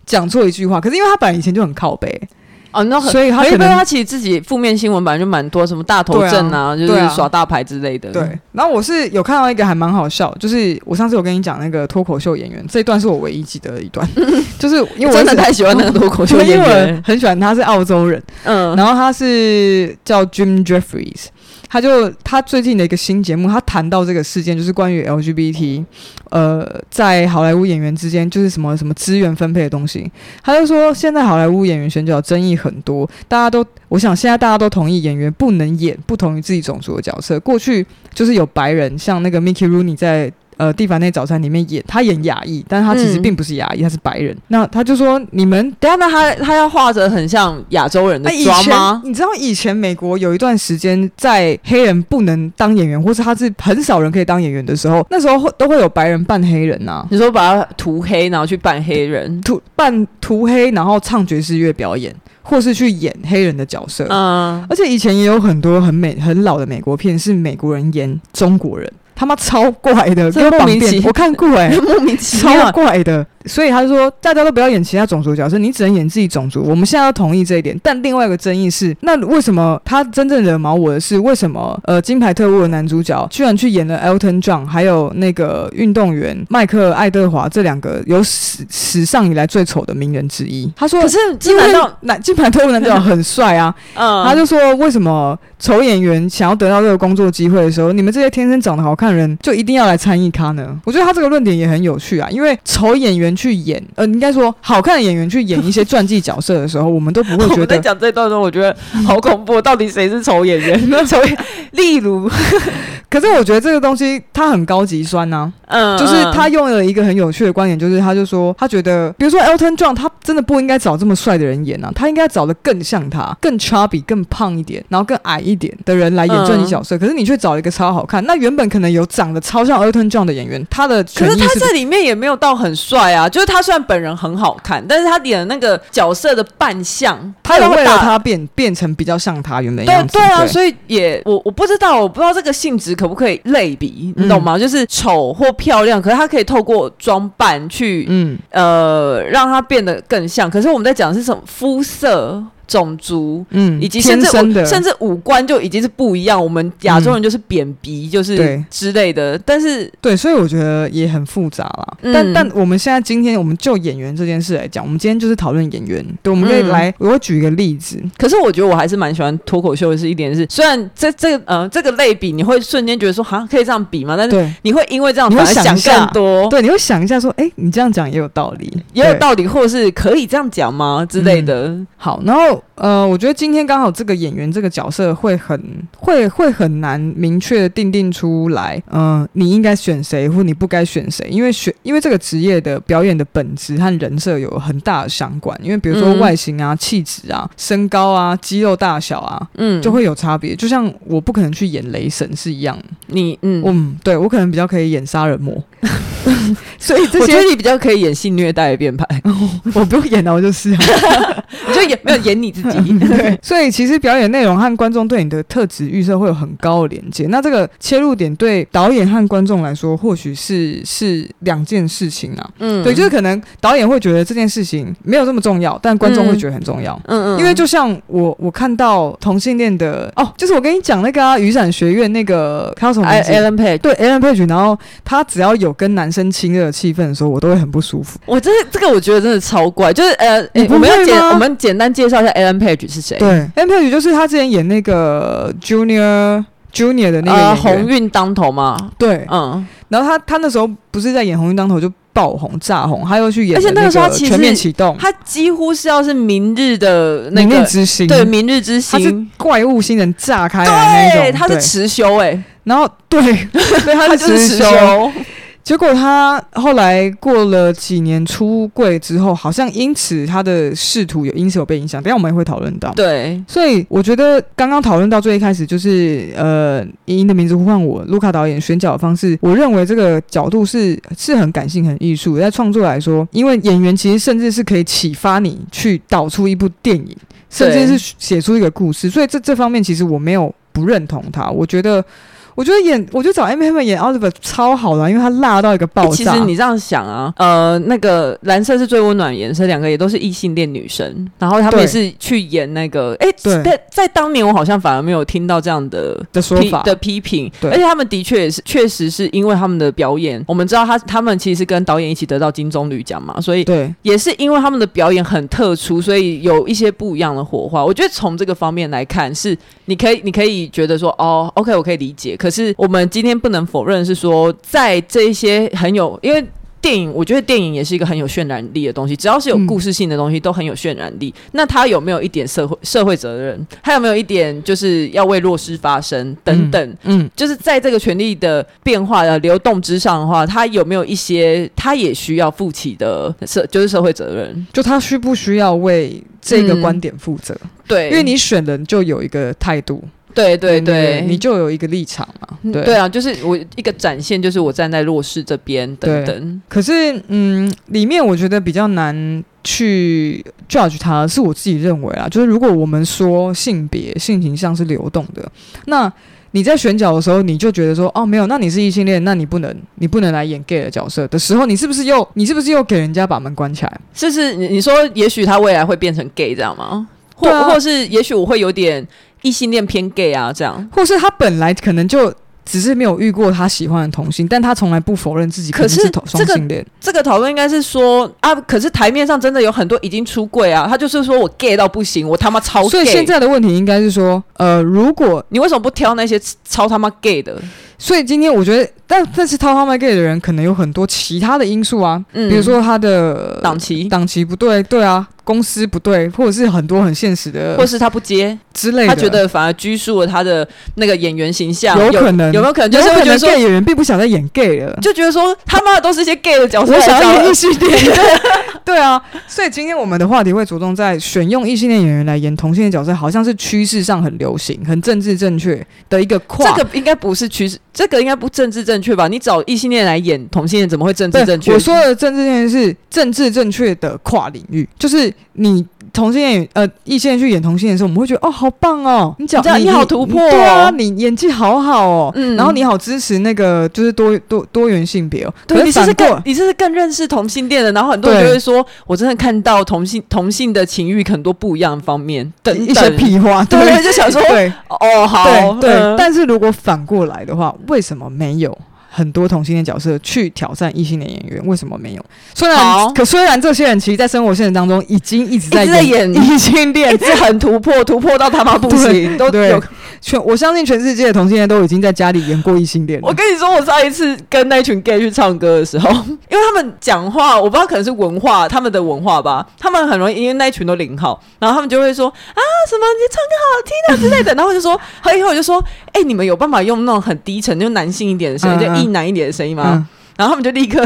Speaker 2: 讲错一句话，可是因为他本来以前就很靠背，
Speaker 1: 哦，那很。
Speaker 2: 所以他
Speaker 1: 因为
Speaker 2: 可能
Speaker 1: 他其实自己负面新闻本来就蛮多，什么大头
Speaker 2: 对啊
Speaker 1: 症啊，就
Speaker 2: 对啊
Speaker 1: 是耍大牌之类的。
Speaker 2: 对。然后我是有看到一个还蛮好笑，就是我上次有跟你讲那个脱口秀演员，这一段是我唯一记得的一 段，就是因为我
Speaker 1: 真
Speaker 2: 一
Speaker 1: 的
Speaker 2: 直
Speaker 1: 太喜欢那个脱口秀演
Speaker 2: 因为
Speaker 1: 员
Speaker 2: 我，很喜欢他是澳洲人。
Speaker 1: 嗯，
Speaker 2: 然后他是叫 Jim Jeffries，他就他最近的一个新节目，他谈到这个事件，就是关于 LGBT，呃，在好莱坞演员之间就是什么什么资源分配的东西。他就说，现在好莱坞演员选角争议很多，大家都，我想现在大家都同意演员不能演不同于自己种族的角色。过去就是有白人，像那个 Mickey Rooney 在。呃《蒂凡内早餐》里面演，他演亚裔，但是他其实
Speaker 1: 嗯
Speaker 2: 并不是亚裔，他是白人。那他就说你们。
Speaker 1: 等一下，那他他要画着很像亚洲人的
Speaker 2: 哎以
Speaker 1: 妆
Speaker 2: 前
Speaker 1: 吗？
Speaker 2: 你知道以前美国有一段时间，在黑人不能当演员，或是他是很少人可以当演员的时候，那时候会都会有白人扮黑人啊，
Speaker 1: 你说把他涂黑，然后去扮黑人？
Speaker 2: 涂扮涂黑，然后唱爵士乐表演，或是去演黑人的角色。
Speaker 1: 嗯，
Speaker 2: 而且以前也有很多很美很老的美国片是美国人演中国人，他妈超怪的，
Speaker 1: 这
Speaker 2: 跟
Speaker 1: 莫
Speaker 2: 绑
Speaker 1: 名其
Speaker 2: 辫，
Speaker 1: 妙
Speaker 2: 我看过哎、
Speaker 1: 莫名其
Speaker 2: 超
Speaker 1: 妙。
Speaker 2: 怪的，所以他说大家都不要演其他种族角色，你只能演自己种族。我们现在要同意这一点，但另外一个争议是，那为什么他真正惹毛我的是为什么？呃，《金牌特务》的男主角居然去演了 Elton John，还有那个运动员迈克尔·爱德华这两个有史史上以来最丑的名人之一。他说
Speaker 1: 可，是这
Speaker 2: 因为
Speaker 1: 难道
Speaker 2: 男金牌特务男主角很帅啊，
Speaker 1: 嗯，
Speaker 2: 他就说，为什么丑演员想要得到这个工作机会的时候，你们这些天生长得好看的人就一定要来参与咖呢？我觉得他这个论点也很有趣啊，因为丑演员去演，呃，应该说好看的演员去演一些传记角色的时候，我们都不会
Speaker 1: 我
Speaker 2: 觉
Speaker 1: 们在
Speaker 2: 得。嗯
Speaker 1: 讲这段的时候，我觉得好恐怖。到底谁是丑演 员？丑演，例如，
Speaker 2: 可是我觉得这个东西它很高级酸啊呐、
Speaker 1: 嗯，
Speaker 2: 就是
Speaker 1: 嗯
Speaker 2: 他用了一个很有趣的观点，就是他就说他觉得，比如说 Elton John，他真的不应该找这么帅的人演啊，他应该找的更像他，更 chubby、更胖一点，然后更矮一点的人来演
Speaker 1: 嗯
Speaker 2: 传记角色。可是你却找了一个超好看，那原本可能有长得超像 Elton John 的演员，他的
Speaker 1: 可
Speaker 2: 权
Speaker 1: 是
Speaker 2: 益
Speaker 1: 他
Speaker 2: 是
Speaker 1: 这里面也没有到很帅啊，就是他虽然本人很好看，但是他演的那个角色的扮相，
Speaker 2: 他有
Speaker 1: 有
Speaker 2: 为了
Speaker 1: 打
Speaker 2: 他变变成比较像他原本的
Speaker 1: 对
Speaker 2: 样子。
Speaker 1: 对啊，所以也我我不知道，我不知道这个性质可不可以类比，
Speaker 2: 嗯
Speaker 1: 你懂吗？就是丑或漂亮，可是他可以透过装扮去、
Speaker 2: 嗯，
Speaker 1: 呃让他变得更像。可是我们在讲的是什么肤色、种族。
Speaker 2: 嗯，
Speaker 1: 以及甚
Speaker 2: 天
Speaker 1: 至
Speaker 2: 生的，
Speaker 1: 五甚至五官就已经是不一样，我们亚洲人就是扁鼻，就是
Speaker 2: 对
Speaker 1: 之类的。但是
Speaker 2: 对，所以我觉得也很复杂啦。
Speaker 1: 嗯
Speaker 2: 但但我们现在今天，我们就演员这件事来讲，我们今天就是讨论演员。对，我们可以
Speaker 1: 嗯
Speaker 2: 来，我会举一个例子，
Speaker 1: 可是我觉得我还是蛮喜欢脱口秀的是一点是，虽然这这个呃这个类比你会瞬间觉得说哈可以这样比吗？但是
Speaker 2: 对。
Speaker 1: 你会因为这样
Speaker 2: 你
Speaker 1: 反
Speaker 2: 会
Speaker 1: 而
Speaker 2: 想
Speaker 1: 想
Speaker 2: 象
Speaker 1: 更多，
Speaker 2: 对，你会想一下说，哎、你这样讲也有道理，
Speaker 1: 哦也有
Speaker 2: 对。
Speaker 1: 道理，或者是可以这样讲吗之类的。
Speaker 2: 好，然后呃，我觉得今天刚好这个演员这个角色会很会会很难明确地定定出来，嗯、你应该选谁或你不该选谁，因为选因为这个职业的表演的本质和人设有很大的相关，因为比如说
Speaker 1: 嗯
Speaker 2: 外形啊、气质啊、身高啊、肌肉大小啊。
Speaker 1: 嗯，
Speaker 2: 就会有差别，就像我不可能去演雷神是一样，
Speaker 1: 你嗯，我
Speaker 2: 嗯，对我可能比较可以演杀人魔， 所以这
Speaker 1: 我觉
Speaker 2: 些
Speaker 1: 得你比较可以演性虐待的变态，
Speaker 2: 我不用演了，我就是、啊。
Speaker 1: 你就演没有演你自己。
Speaker 2: 对，所以其实表演内容和观众对你的特质预设会有很高的连接。那这个切入点对导演和观众来说，或许是是两件事情啊。
Speaker 1: 嗯，
Speaker 2: 对，就是可能导演会觉得这件事情没有这么重要，但观众会觉得很重要。
Speaker 1: 嗯嗯，
Speaker 2: 因为就像我，我看到同性恋的哦，就是我跟你讲那个、啊、雨伞学院那个，他叫什么
Speaker 1: 哎
Speaker 2: 名字
Speaker 1: Alan Page，
Speaker 2: 对 Alan Page，然后他只要有跟男生亲热的气氛的时候，我都会很不舒服。
Speaker 1: 我真的这个我觉得真的超怪，就是呃，
Speaker 2: 你
Speaker 1: 哎
Speaker 2: 不
Speaker 1: 我们要
Speaker 2: 会
Speaker 1: 简
Speaker 2: 吗
Speaker 1: 我们简单介绍一下 Alan Page 是谁。呃
Speaker 2: 对，Alan Page 就是他之前演那个 Junior Junior 的那个演
Speaker 1: 呃，
Speaker 2: 员
Speaker 1: 鸿运当头嘛，
Speaker 2: 对，
Speaker 1: 嗯，
Speaker 2: 然后他他那时候不是在演《红运当头》就爆红炸红，他又去演了，
Speaker 1: 而且那
Speaker 2: 那
Speaker 1: 个时候
Speaker 2: 个
Speaker 1: 他其实
Speaker 2: 全面启动，
Speaker 1: 他几乎是要是明日的那
Speaker 2: 明日
Speaker 1: 个
Speaker 2: 之星，
Speaker 1: 对明日之
Speaker 2: 他是
Speaker 1: 星，
Speaker 2: 怪物新人炸开来那一
Speaker 1: 对，
Speaker 2: 种，
Speaker 1: 他是
Speaker 2: 对
Speaker 1: 持修哎，
Speaker 2: 然后 对，对他
Speaker 1: 他
Speaker 2: 是
Speaker 1: 就是
Speaker 2: 持
Speaker 1: 持
Speaker 2: 修，
Speaker 1: 修，
Speaker 2: 结果他后来过了几年出柜之后，好像因此他的仕途有因此有被影响，等一下我们也会讨论到。
Speaker 1: 对，
Speaker 2: 所以我觉得刚刚讨论到最一开始，就是呃，莹莹的名字呼唤我，卢卡导演选角的方式，我认为这个角度是是很感性、很艺术的。在创作来说，因为演员其实甚至是可以启发你去导出一部电影，甚至是写出一个故事。所以这这方面其实我没有不认同他，我觉得。我觉得演，我觉得找 M M 演 Oliver 超好的啊、因为他辣到一个爆
Speaker 1: 欸
Speaker 2: 炸。
Speaker 1: 其实你这样想啊，呃，那个蓝色是最温暖的颜色，两个也都是异性恋女生，然后他们
Speaker 2: 对
Speaker 1: 也是去演那个，哎、
Speaker 2: 对
Speaker 1: 在在当年我好像反而没有听到这样的。
Speaker 2: 的说
Speaker 1: 批
Speaker 2: 法，
Speaker 1: 的批评，
Speaker 2: 对
Speaker 1: 而且他们的确也是，确实是因为他们的表演，我们知道他他们其实是跟导演一起得到金棕榈奖嘛，所以
Speaker 2: 对，
Speaker 1: 也是因为他们的表演很特殊，所以有一些不一样的火花。我觉得从这个方面来看，是你可以，你可以觉得说，哦，OK，我可以理解。可是我们今天不能否认是说，在这一些很有，因为电影，我觉得电影也是一个很有渲染力的东西，只要是有故事性的东西都很有渲染力。那它有没有一点社会社会责任？还有没有一点就是要为弱势发声等等？
Speaker 2: 嗯，嗯，
Speaker 1: 就是在这个权力的变化的流动之上的话，它有没有一些它也需要负起的社就是社会责任？
Speaker 2: 就他需不需要为这
Speaker 1: 嗯
Speaker 2: 个观点负责？
Speaker 1: 对，
Speaker 2: 因为你选人就有一个态度，
Speaker 1: 对对对，
Speaker 2: 嗯你嗯就有一个立场嘛，对。
Speaker 1: 对啊，就是我一个展现，就是我站在弱势这边等等。
Speaker 2: 可是，嗯，里面我觉得比较难去 judge 它，是我自己认为啊，就是如果我们说性别、性倾向是流动的，那你在选角的时候，你就觉得说，哦，没有，那你是异性恋，那你不能，你不能来演 gay 的角色的时候，你是不是又，你是不是又给人家把门关起来？
Speaker 1: 就是你你说，也许他未来会变成 gay 这样吗？或、
Speaker 2: 对啊
Speaker 1: 或是也许我会有点异性恋偏 gay 啊这样。
Speaker 2: 或是他本来可能就只是没有遇过他喜欢的同性，但他从来不否认自己
Speaker 1: 可
Speaker 2: 能
Speaker 1: 是
Speaker 2: 是同
Speaker 1: 这
Speaker 2: 双
Speaker 1: 个
Speaker 2: 性恋。
Speaker 1: 这个讨论应该是说啊，可是台面上真的有很多已经出柜啊，他就是说我 gay 到不行，我他妈超 gay。
Speaker 2: 所以现在的问题应该是说，呃，如果
Speaker 1: 你为什么不挑那些超他妈 gay 的？
Speaker 2: 所以今天我觉得，但但是掏花卖 gay 的人可能有很多其他的因素啊，
Speaker 1: 嗯
Speaker 2: 比如说他的
Speaker 1: 档期，
Speaker 2: 呃档期不对，对啊，公司不对，或者是很多很现实的
Speaker 1: 或是他不接，
Speaker 2: 之类的，
Speaker 1: 他觉得反而拘束了他的那个演员形象。
Speaker 2: 有可能
Speaker 1: 有没有可能？就
Speaker 2: 有
Speaker 1: 是会
Speaker 2: 可
Speaker 1: 觉
Speaker 2: 能
Speaker 1: 得说
Speaker 2: gay 演员并不想再演 gay 了。
Speaker 1: 就觉得说他妈的都是一些 gay 的角色，
Speaker 2: 我 想要演异
Speaker 1: 演
Speaker 2: 性恋， 对啊，所以今天我们的话题会着重在选用异性恋演员来演同性恋角色，好像是趋势上很流行、很政治正确的一个跨。
Speaker 1: 这个应该不是趋势，这个应该不政治正确吧？你找异性恋来演同性恋，怎么会政治
Speaker 2: 对，
Speaker 1: 正确？
Speaker 2: 我说的政治正确是政治正确的跨领域，就是你同性恋呃异性恋去演同性恋的时候，我们会觉得哦好棒哦，你讲
Speaker 1: 你这样你好突破哦
Speaker 2: 对啊，你演技好好哦，
Speaker 1: 嗯
Speaker 2: 然后你好支持那个就是多多多元性别哦，可
Speaker 1: 对，你是不是
Speaker 2: 反
Speaker 1: 更
Speaker 2: 过
Speaker 1: 你是不是更认识同性恋的，然后很多人
Speaker 2: 对
Speaker 1: 就会说，我真的看到同性同性的情欲很多不一样的方面，等等
Speaker 2: 一些屁话，
Speaker 1: 对对就想说
Speaker 2: 对
Speaker 1: 哦，好，
Speaker 2: 对对
Speaker 1: 嗯，
Speaker 2: 但是如果反过来的话，为什么没有？很多同性恋角色去挑战异性恋演员，为什么没有？虽
Speaker 1: 好
Speaker 2: 然可虽然这些人其实，在生活现实当中已经一直在
Speaker 1: 一直在演
Speaker 2: 异性恋
Speaker 1: 一，直很突破，突破到他妈不行，
Speaker 2: 对
Speaker 1: 都
Speaker 2: 对
Speaker 1: 有。
Speaker 2: 全我相信全世界的同性恋都已经在家里演过异性恋了。嗯
Speaker 1: 我跟你说，我上一次跟那群 gay 去唱歌的时候， 因为他们讲话，我不知道可能是文化，他们的文化吧，他们很容易因为那一群都零号，然后他们就会说啊什么你唱歌好听啊之类的，然后我就说，还有一会儿我就说，哎、你们有办法用那种很低沉，就男性一点的声音，
Speaker 2: 嗯嗯
Speaker 1: 就一男一点的声音吗？
Speaker 2: 嗯，
Speaker 1: 然后他们就立刻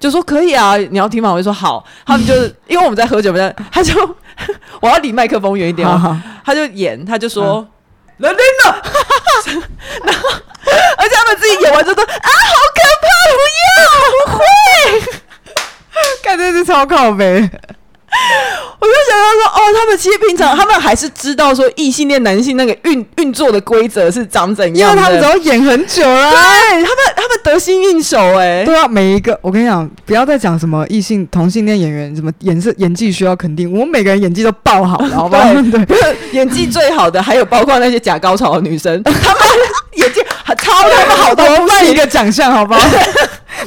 Speaker 1: 就说可以啊，你要听吗？我就说好，他们就因为我们在喝酒，我们在他就 我要离麦克风远一点
Speaker 2: 好
Speaker 1: 哦，
Speaker 2: 好，
Speaker 1: 他就演，他就说。
Speaker 2: 嗯
Speaker 1: 人类呢？ 然后，而且他们自己演完就说啊，好可怕，不要，不会。
Speaker 2: 看这是超靠背，
Speaker 1: 我就想到说，哦，他们其实平常他们还是知道说异性恋男性那个运运作的规则是长怎
Speaker 2: 因
Speaker 1: 样
Speaker 2: 为
Speaker 1: 的，
Speaker 2: 他们只要演很久了啊。
Speaker 1: 对他们他们得心应手哎、
Speaker 2: 对啊，每一个我跟你讲，不要再讲什么异性同性恋演员什么演色演技需要肯定，我们每个人演技都爆好了，好不好？对，
Speaker 1: 演技最好的还有包括那些假高潮的女 生，她们演技很超他们好到
Speaker 2: 我
Speaker 1: 不
Speaker 2: 们办一
Speaker 1: 行。
Speaker 2: 个奖项，好不好？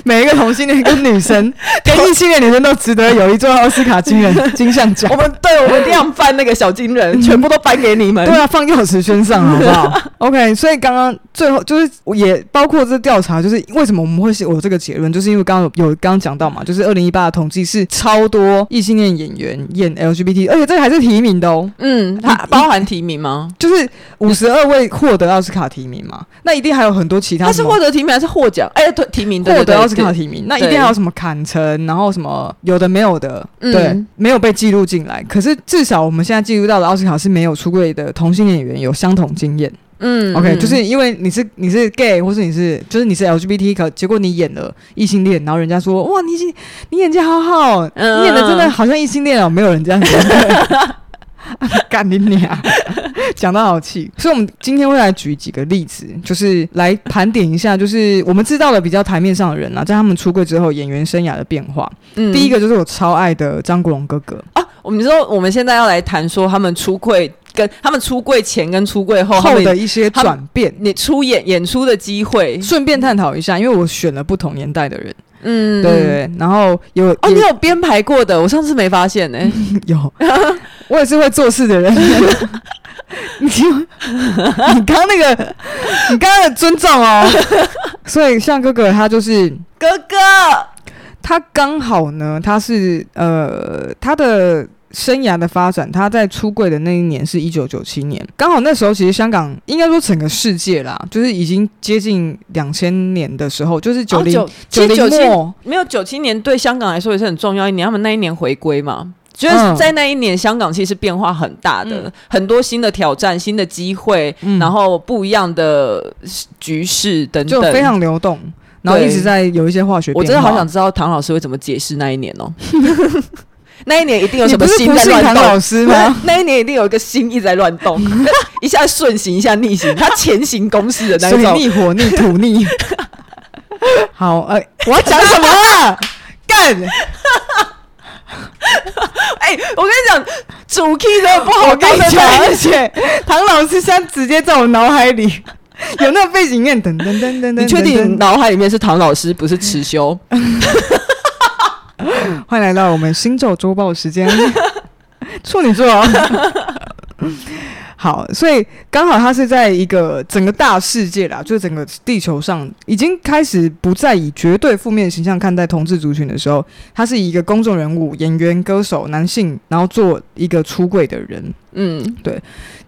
Speaker 2: 每一个同性恋跟 女生，跟异性恋女生都值得有一座奥斯卡金人金像奖
Speaker 1: 我。们对我们量贩那个小金人，全部都颁给你们。
Speaker 2: 嗯对啊，放钥匙圈 上好不好？OK，所以刚刚最后就是我也包括这调查，就是为什么我们会是有这个结论，就是因为刚刚有有刚刚讲到嘛，就是二零一八的统计是超多异性恋演员演 LGBT，而且这个还是提名的哦。
Speaker 1: 嗯，它包含提名吗？
Speaker 2: 就是五十二位获得奥斯卡提名嘛，那一定还有很多其他
Speaker 1: 他是
Speaker 2: 什么
Speaker 1: 获得提名还是获奖？哎、对提名对
Speaker 2: 获
Speaker 1: 对
Speaker 2: 得
Speaker 1: 对
Speaker 2: 奥斯卡
Speaker 1: 对
Speaker 2: 提名，那一定还有什么坎城，然后什么有的没有的，
Speaker 1: 嗯
Speaker 2: 对，没有被记录进来。可是至少我们现在记录到的奥斯卡是没有出柜的同性恋演员有相同经验。
Speaker 1: 嗯
Speaker 2: OK，
Speaker 1: 嗯
Speaker 2: 就是因为你是你是 gay，或是你是就是你是 LGBT，可结果你演了异性恋，然后人家说哇，你是你演技好好，
Speaker 1: 嗯
Speaker 2: 你演的真的好像异性恋哦，没有人 这样讲。干你娘！讲到好气，所以我们今天会来举几个例子，就是来盘点一下，就是我们知道的比较台面上的人啊，在他们出柜之后演员生涯的变化。
Speaker 1: 嗯
Speaker 2: 第一个就是我超爱的张国荣哥哥，
Speaker 1: 啊，我们说我们现在要来谈说他们出柜跟他们出柜前跟出柜后他
Speaker 2: 后
Speaker 1: 们
Speaker 2: 的一些
Speaker 1: 哦他们
Speaker 2: 转变。
Speaker 1: 你出演演出的机会，
Speaker 2: 顺便探讨一下，因为我选了不同年代的人，
Speaker 1: 嗯
Speaker 2: 对对。对，然后有
Speaker 1: 哦，
Speaker 2: 也
Speaker 1: 你有编排过的，我上次没发现呢、
Speaker 2: 嗯 有，我也是会做事的人。你你刚刚那个，你刚刚的尊重哦。所以像哥哥他就是
Speaker 1: 哥哥，
Speaker 2: 他刚好呢，他是呃，他的生涯的发展，他在出柜的那一年是一九九七年，刚好那时候其实香港应该说整个世界啦，就是已经接近两千年的时候，就是九零
Speaker 1: 哦其
Speaker 2: 九
Speaker 1: 实
Speaker 2: 零
Speaker 1: 97
Speaker 2: 末，
Speaker 1: 没有九七年对香港来说也是很重要一年，他们那一年回归嘛。就是
Speaker 2: 嗯
Speaker 1: 在那一年，香港其实变化很大的，
Speaker 2: 嗯
Speaker 1: 很多新的挑战、新的机会，
Speaker 2: 嗯
Speaker 1: 然后不一样的局势等
Speaker 2: 就
Speaker 1: 等，
Speaker 2: 非常流动，然后一直在有一些化学
Speaker 1: 我
Speaker 2: 变化。
Speaker 1: 真的好想知道唐老师会怎么解释那一年 哦。那一年一定有
Speaker 2: 你
Speaker 1: 什么
Speaker 2: 不是
Speaker 1: 心
Speaker 2: 不
Speaker 1: 在
Speaker 2: 是
Speaker 1: 乱
Speaker 2: 唐
Speaker 1: 动
Speaker 2: 老师吗？
Speaker 1: 那一年一定有一个心一直在乱动， 一下顺行，一下逆行，他前行攻势的那
Speaker 2: 所
Speaker 1: 一
Speaker 2: 以
Speaker 1: 种。
Speaker 2: 逆火逆土逆。 好，呃，我要讲什么啊？ 干！
Speaker 1: 哎、我跟你讲，主 key 真的不好
Speaker 2: 我跟
Speaker 1: 当
Speaker 2: 你
Speaker 1: 的
Speaker 2: 讲，
Speaker 1: 太
Speaker 2: 而且唐老师现在直接在我脑海里有那个背景音，噔噔噔 噔噔。
Speaker 1: 你确定你
Speaker 2: 噔噔
Speaker 1: 脑海里面是唐老师，不是池修？
Speaker 2: 欢迎来到我们星座周报时 间，处女座。 好，所以刚好他是在一个整个大世界啦，就是整个地球上已经开始不再以绝对负面形象看待同志族群的时候，他是一个公众人物、演员、歌手、男性，然后做一个出柜的人。
Speaker 1: 嗯，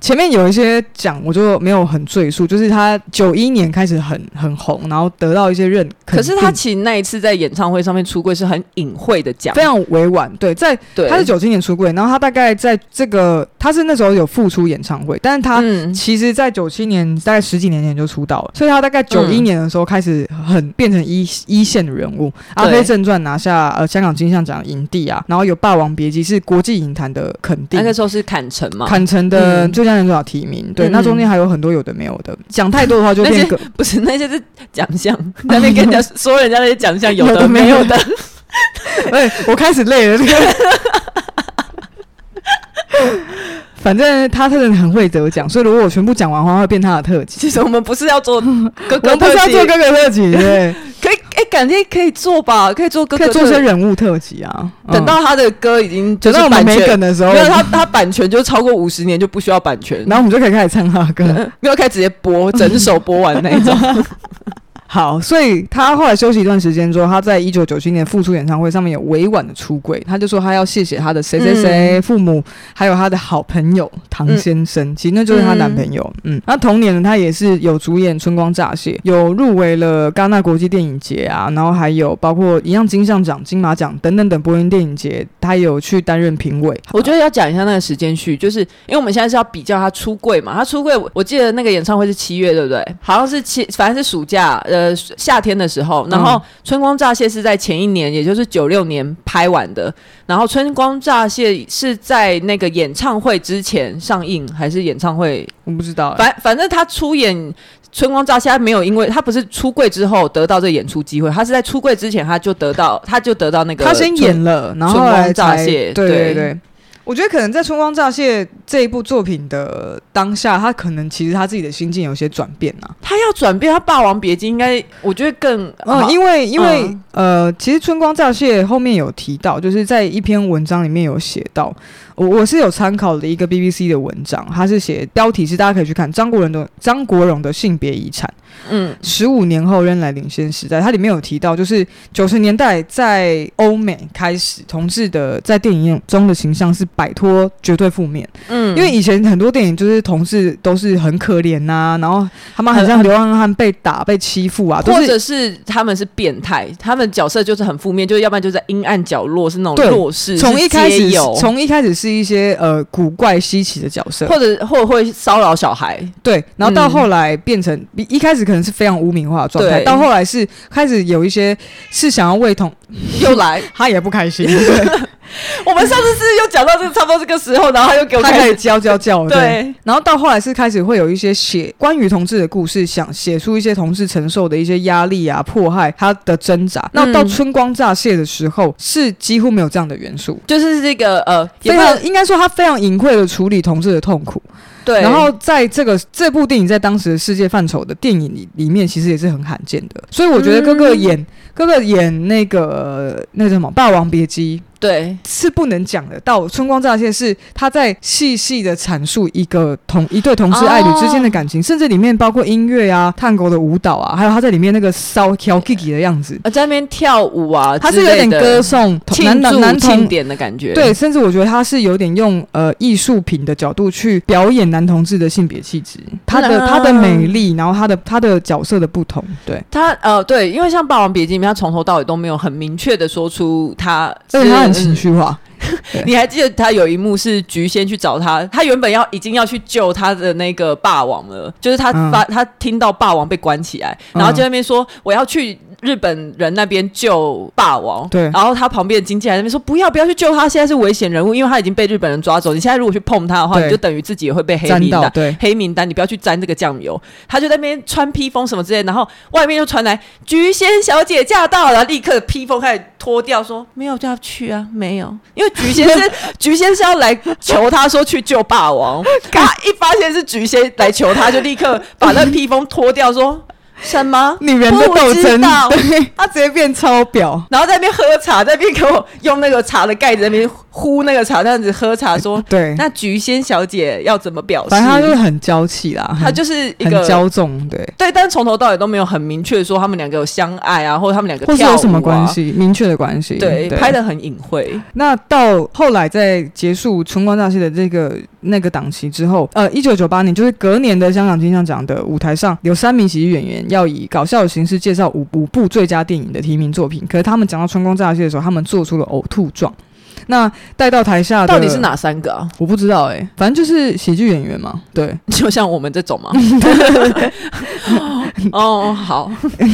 Speaker 2: 前面有一些讲，我就没有很赘述，就是他九一年开始很很红，然后得到一些认可，
Speaker 1: 可是他其实那一次在演唱会上面出柜是很隐晦的讲
Speaker 2: 非，常委婉，对，在
Speaker 1: 对，
Speaker 2: 他是九七年出柜，然后他大概在这个他是那时候有复出演唱会，但是他
Speaker 1: 嗯
Speaker 2: 其实，在九七年大概十几年前就出道了，所以他大概九一
Speaker 1: 嗯
Speaker 2: 年的时候开始很变成一一线的人物，《阿
Speaker 1: 对
Speaker 2: 飞正传》拿下呃香港金像奖影帝啊，然后有《霸王别姬》是国际影坛的肯定
Speaker 1: 那，个时候是坎城嘛，
Speaker 2: 坎城的
Speaker 1: 嗯
Speaker 2: 最佳男主角提名，对，
Speaker 1: 嗯
Speaker 2: 那中间还有很多有的没有的，讲太多的话就变个
Speaker 1: 不是那些是奖项， 在那边跟人家说人家那些奖项有
Speaker 2: 有
Speaker 1: 的
Speaker 2: 的没
Speaker 1: 没有
Speaker 2: 有
Speaker 1: 的，
Speaker 2: 哎、我开始累了。这个反正他真的很会得奖，所以如果我全部讲完的话，会变他的特辑。
Speaker 1: 其实我们不是要 做哥
Speaker 2: 我
Speaker 1: 哥
Speaker 2: 们不是要
Speaker 1: 特辑
Speaker 2: 做哥哥特辑，对，
Speaker 1: 可以，哎、感觉可以做吧，可以做 哥哥
Speaker 2: 可以做
Speaker 1: 特
Speaker 2: 些人物特辑啊。嗯
Speaker 1: 等到他的歌已经就
Speaker 2: 等
Speaker 1: 是
Speaker 2: 到我们
Speaker 1: 版
Speaker 2: 没
Speaker 1: 权，
Speaker 2: 梗的时候，
Speaker 1: 没有
Speaker 2: 然
Speaker 1: 他他版权就超过五十年就不需要版权，
Speaker 2: 后我们就可以开始唱他的歌。
Speaker 1: 没有可以直接播整首播完那一种。
Speaker 2: 好，所以他后来休息一段时间之后，他在一九九七年复出演唱会上面有委婉的出柜，他就说他要谢谢他的谁谁谁
Speaker 1: 嗯
Speaker 2: 父母，还有他的好朋友唐先生，其实那就是她男朋友。嗯，那同年呢，他也是有主演《春光乍泄》，有入围了戛纳国际电影节啊，然后还有包括一样金像奖、金马奖等等等柏林电影节，他也有去担任评委。
Speaker 1: 我觉得要讲一下那个时间序，就是因为我们现在是要比较他出柜嘛，他出柜，我我记得那个演唱会是七月，对不对？好像是七，反正是暑假，呃，夏天的时候。然后《
Speaker 2: 嗯
Speaker 1: 春光乍泄》是在前一年，也就是九六年拍完的。然后《春光乍泄》是在那个演唱会之前上映，还是演唱会
Speaker 2: 我不知道、欸，
Speaker 1: 反反正他出演《春光乍泄》，他没有因为他不是出柜之后得到这演出机会，他是在出柜之前他就得到，他就得到那个
Speaker 2: 他先演了，然后后来
Speaker 1: 春光乍
Speaker 2: 才
Speaker 1: 泄
Speaker 2: 对
Speaker 1: 对
Speaker 2: 对对。我觉得可能在《春光乍泄》这一部作品的当下，他可能其实他自己的心境有些转变啊呐、
Speaker 1: 他要转变，他《霸王别姬》应该我觉得更
Speaker 2: 嗯，
Speaker 1: 为
Speaker 2: 因为因为、
Speaker 1: 哦嗯
Speaker 2: 呃，其实《春光乍泄》后面有提到，就是在一篇文章里面有写到，我我是有参考的一个 BBC 的文章，他是写标题是大家可以去看张国荣的张国荣的性别遗产。
Speaker 1: 嗯
Speaker 2: 十五年后仍来领先时代，它里面有提到，就是九十年代在欧美开始，同志的在电影中的形象是摆脱绝对负面，
Speaker 1: 嗯
Speaker 2: 因为以前很多电影就是同志都是很可怜呐、然后他们很像流浪汉被打、被欺负啊，都
Speaker 1: 或
Speaker 2: 是
Speaker 1: 者是他们是变态，他们角色就是很负面，就是要不然就在阴暗角落，是那种
Speaker 2: 对
Speaker 1: 弱势，
Speaker 2: 从
Speaker 1: 是
Speaker 2: 一开
Speaker 1: 街
Speaker 2: 始
Speaker 1: 友
Speaker 2: 从一开始是一些呃古怪稀奇的角色，
Speaker 1: 或者或者会骚扰小孩，
Speaker 2: 对，然后到
Speaker 1: 嗯
Speaker 2: 后来变成、一一开始可能是非常污名化的状态，
Speaker 1: 对
Speaker 2: 到后来是开始有一些是想要为同，
Speaker 1: 又来。
Speaker 2: 他也不 开心，对
Speaker 1: 我们上次是又讲到这个差不多这个时候，然后他又给我
Speaker 2: 他开
Speaker 1: 开
Speaker 2: 始
Speaker 1: 始
Speaker 2: 叫叫叫，对。
Speaker 1: 对，
Speaker 2: 然后到后来是开始会有一些写关于同志的故事，想写出一些同志承受的一些压力啊、迫害他的挣扎。那到
Speaker 1: 嗯
Speaker 2: 春光乍泄的时候，是几乎没有这样的元素。
Speaker 1: 就是这个呃，也
Speaker 2: 非
Speaker 1: 不能
Speaker 2: 常应该说，他非常隐晦的处理同志的痛苦。
Speaker 1: 对，
Speaker 2: 然后在这个这部电影在当时的世界范畴的电影里里面，其实也是很罕见的。所以我觉得哥哥
Speaker 1: 嗯
Speaker 2: 演、哥哥演那个那个叫什么《霸王别姬》，
Speaker 1: 对，
Speaker 2: 是不能讲的。到春光乍泄是他在细细的阐述一个同一对同志爱侣之间的
Speaker 1: 哦
Speaker 2: 感情，甚至里面包括音乐啊、探狗的舞蹈啊，还有他在里面那个骚挑 Kiki 的样子，
Speaker 1: 啊，在那边跳舞啊，
Speaker 2: 他
Speaker 1: 之
Speaker 2: 是有
Speaker 1: 类
Speaker 2: 点
Speaker 1: 的
Speaker 2: 歌颂同男
Speaker 1: 庆
Speaker 2: 男男
Speaker 1: 祝庆
Speaker 2: 同。
Speaker 1: 典的感觉，
Speaker 2: 对，甚至我觉得他是有点用呃艺术品的角度去表演男同志的性别气质，他的、
Speaker 1: 啊
Speaker 2: 他的美丽，然后他的他的角色的不同，对，
Speaker 1: 他呃，对，因为像《霸王别姬》里面，他从头到尾都没有很明确的说出他是，
Speaker 2: 而且他很情绪化，
Speaker 1: 嗯你还记得他有一幕是菊仙去找他，他原本要已经要去救他的那个霸王了，就是他
Speaker 2: 嗯
Speaker 1: 发、他听到霸王被关起来，然后
Speaker 2: 嗯
Speaker 1: 就在那边说、我要去日本人那边救霸王，
Speaker 2: 对
Speaker 1: 然后他旁边的经纪人在那边说不要不要去救他，现在是危险人物，因为他已经被日本人抓走，你现在如果去碰他的话，
Speaker 2: 对
Speaker 1: 你就等于自己也会被黑
Speaker 2: 沾
Speaker 1: 名
Speaker 2: 到
Speaker 1: 单。
Speaker 2: 对，
Speaker 1: 黑名单，你不要去沾这个酱油。他就在那边穿披风什么之类，然后外面就传来菊仙小姐驾到了，立刻披风开始脱掉，说没有就要去啊，没有，因为菊仙 是菊仙是要来求他说去救霸王，他一发现是菊仙来求他，就立刻把那披风脱掉，说什么？
Speaker 2: 女人的斗
Speaker 1: 不知
Speaker 2: 争，
Speaker 1: 道
Speaker 2: 对，他直接变超表，
Speaker 1: 然后在那边喝茶，在那边给我用那个茶的盖子在那边呼那个茶，这样子喝茶说，
Speaker 2: 对，
Speaker 1: 那菊仙小姐要怎么表示？
Speaker 2: 反正他就是很娇气啦，
Speaker 1: 她
Speaker 2: 很
Speaker 1: 哦就是一
Speaker 2: 很
Speaker 1: 个
Speaker 2: 骄纵，对，
Speaker 1: 对，但是从头到尾都没有很明确说他们两个有相爱啊，或者他们两个
Speaker 2: 或是
Speaker 1: 跳舞
Speaker 2: 有
Speaker 1: 啊
Speaker 2: 什么关。系，明确的关系，
Speaker 1: 对，拍的很隐晦。
Speaker 2: 那到后来，在结束《春光乍泄》的这个那个档期之后，呃，一九九八年就是隔年的香港金像奖的舞台上，有三名喜剧演员要以搞笑的形式介绍五五部最佳电影的提名作品。可是他们讲到《春光乍泄》的时候，他们做出了呕吐状。那带到台下的
Speaker 1: 到底是？哪三个啊？
Speaker 2: 我不知道哎、反正就是喜剧演员嘛。对，
Speaker 1: 就像我们这 种吗？ 哦，好，哎，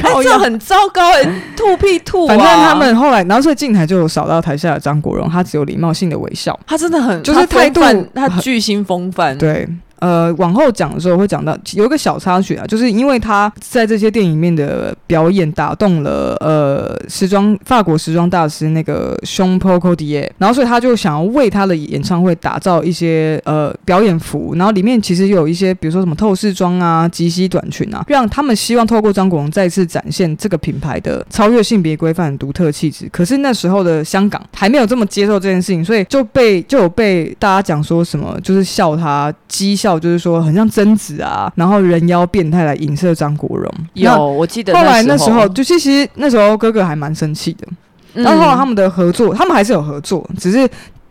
Speaker 2: 靠
Speaker 1: 这
Speaker 2: 腰
Speaker 1: 样很糟糕哎，吐屁吐啊！
Speaker 2: 反正他们后来，然后所以进台就有扫到台下的张国荣，他只有礼貌性的微笑。
Speaker 1: 他真的很
Speaker 2: 就是
Speaker 1: 他风
Speaker 2: 态度
Speaker 1: 范他
Speaker 2: 很
Speaker 1: 巨星风范。
Speaker 2: 对，呃，往后讲的时候会讲到有一个小插曲啊，就是因为他在这些电影里面的表演打动了呃时装法国时装大师那个胸 p o c o d i e 然后所以他就想要为他的演唱会打造一些呃表演服，然后里面其实有一些比如说什么透视装啊、及膝短裙啊，让他们希望透过张国荣再次展现这个品牌的超越性别规范的独特气质。可是那时候的香港还没有这么接受这件事情，所以就被就有被大家讲说什么，就是笑他讥笑，就是说很像贞子啊，然后人妖变态来影射张国荣。
Speaker 1: 有，我记得
Speaker 2: 那后来那
Speaker 1: 时
Speaker 2: 时候，就其实那时候哥哥还蛮生气的，
Speaker 1: 嗯
Speaker 2: 然后后来他们的合作，他们还是有合作，只是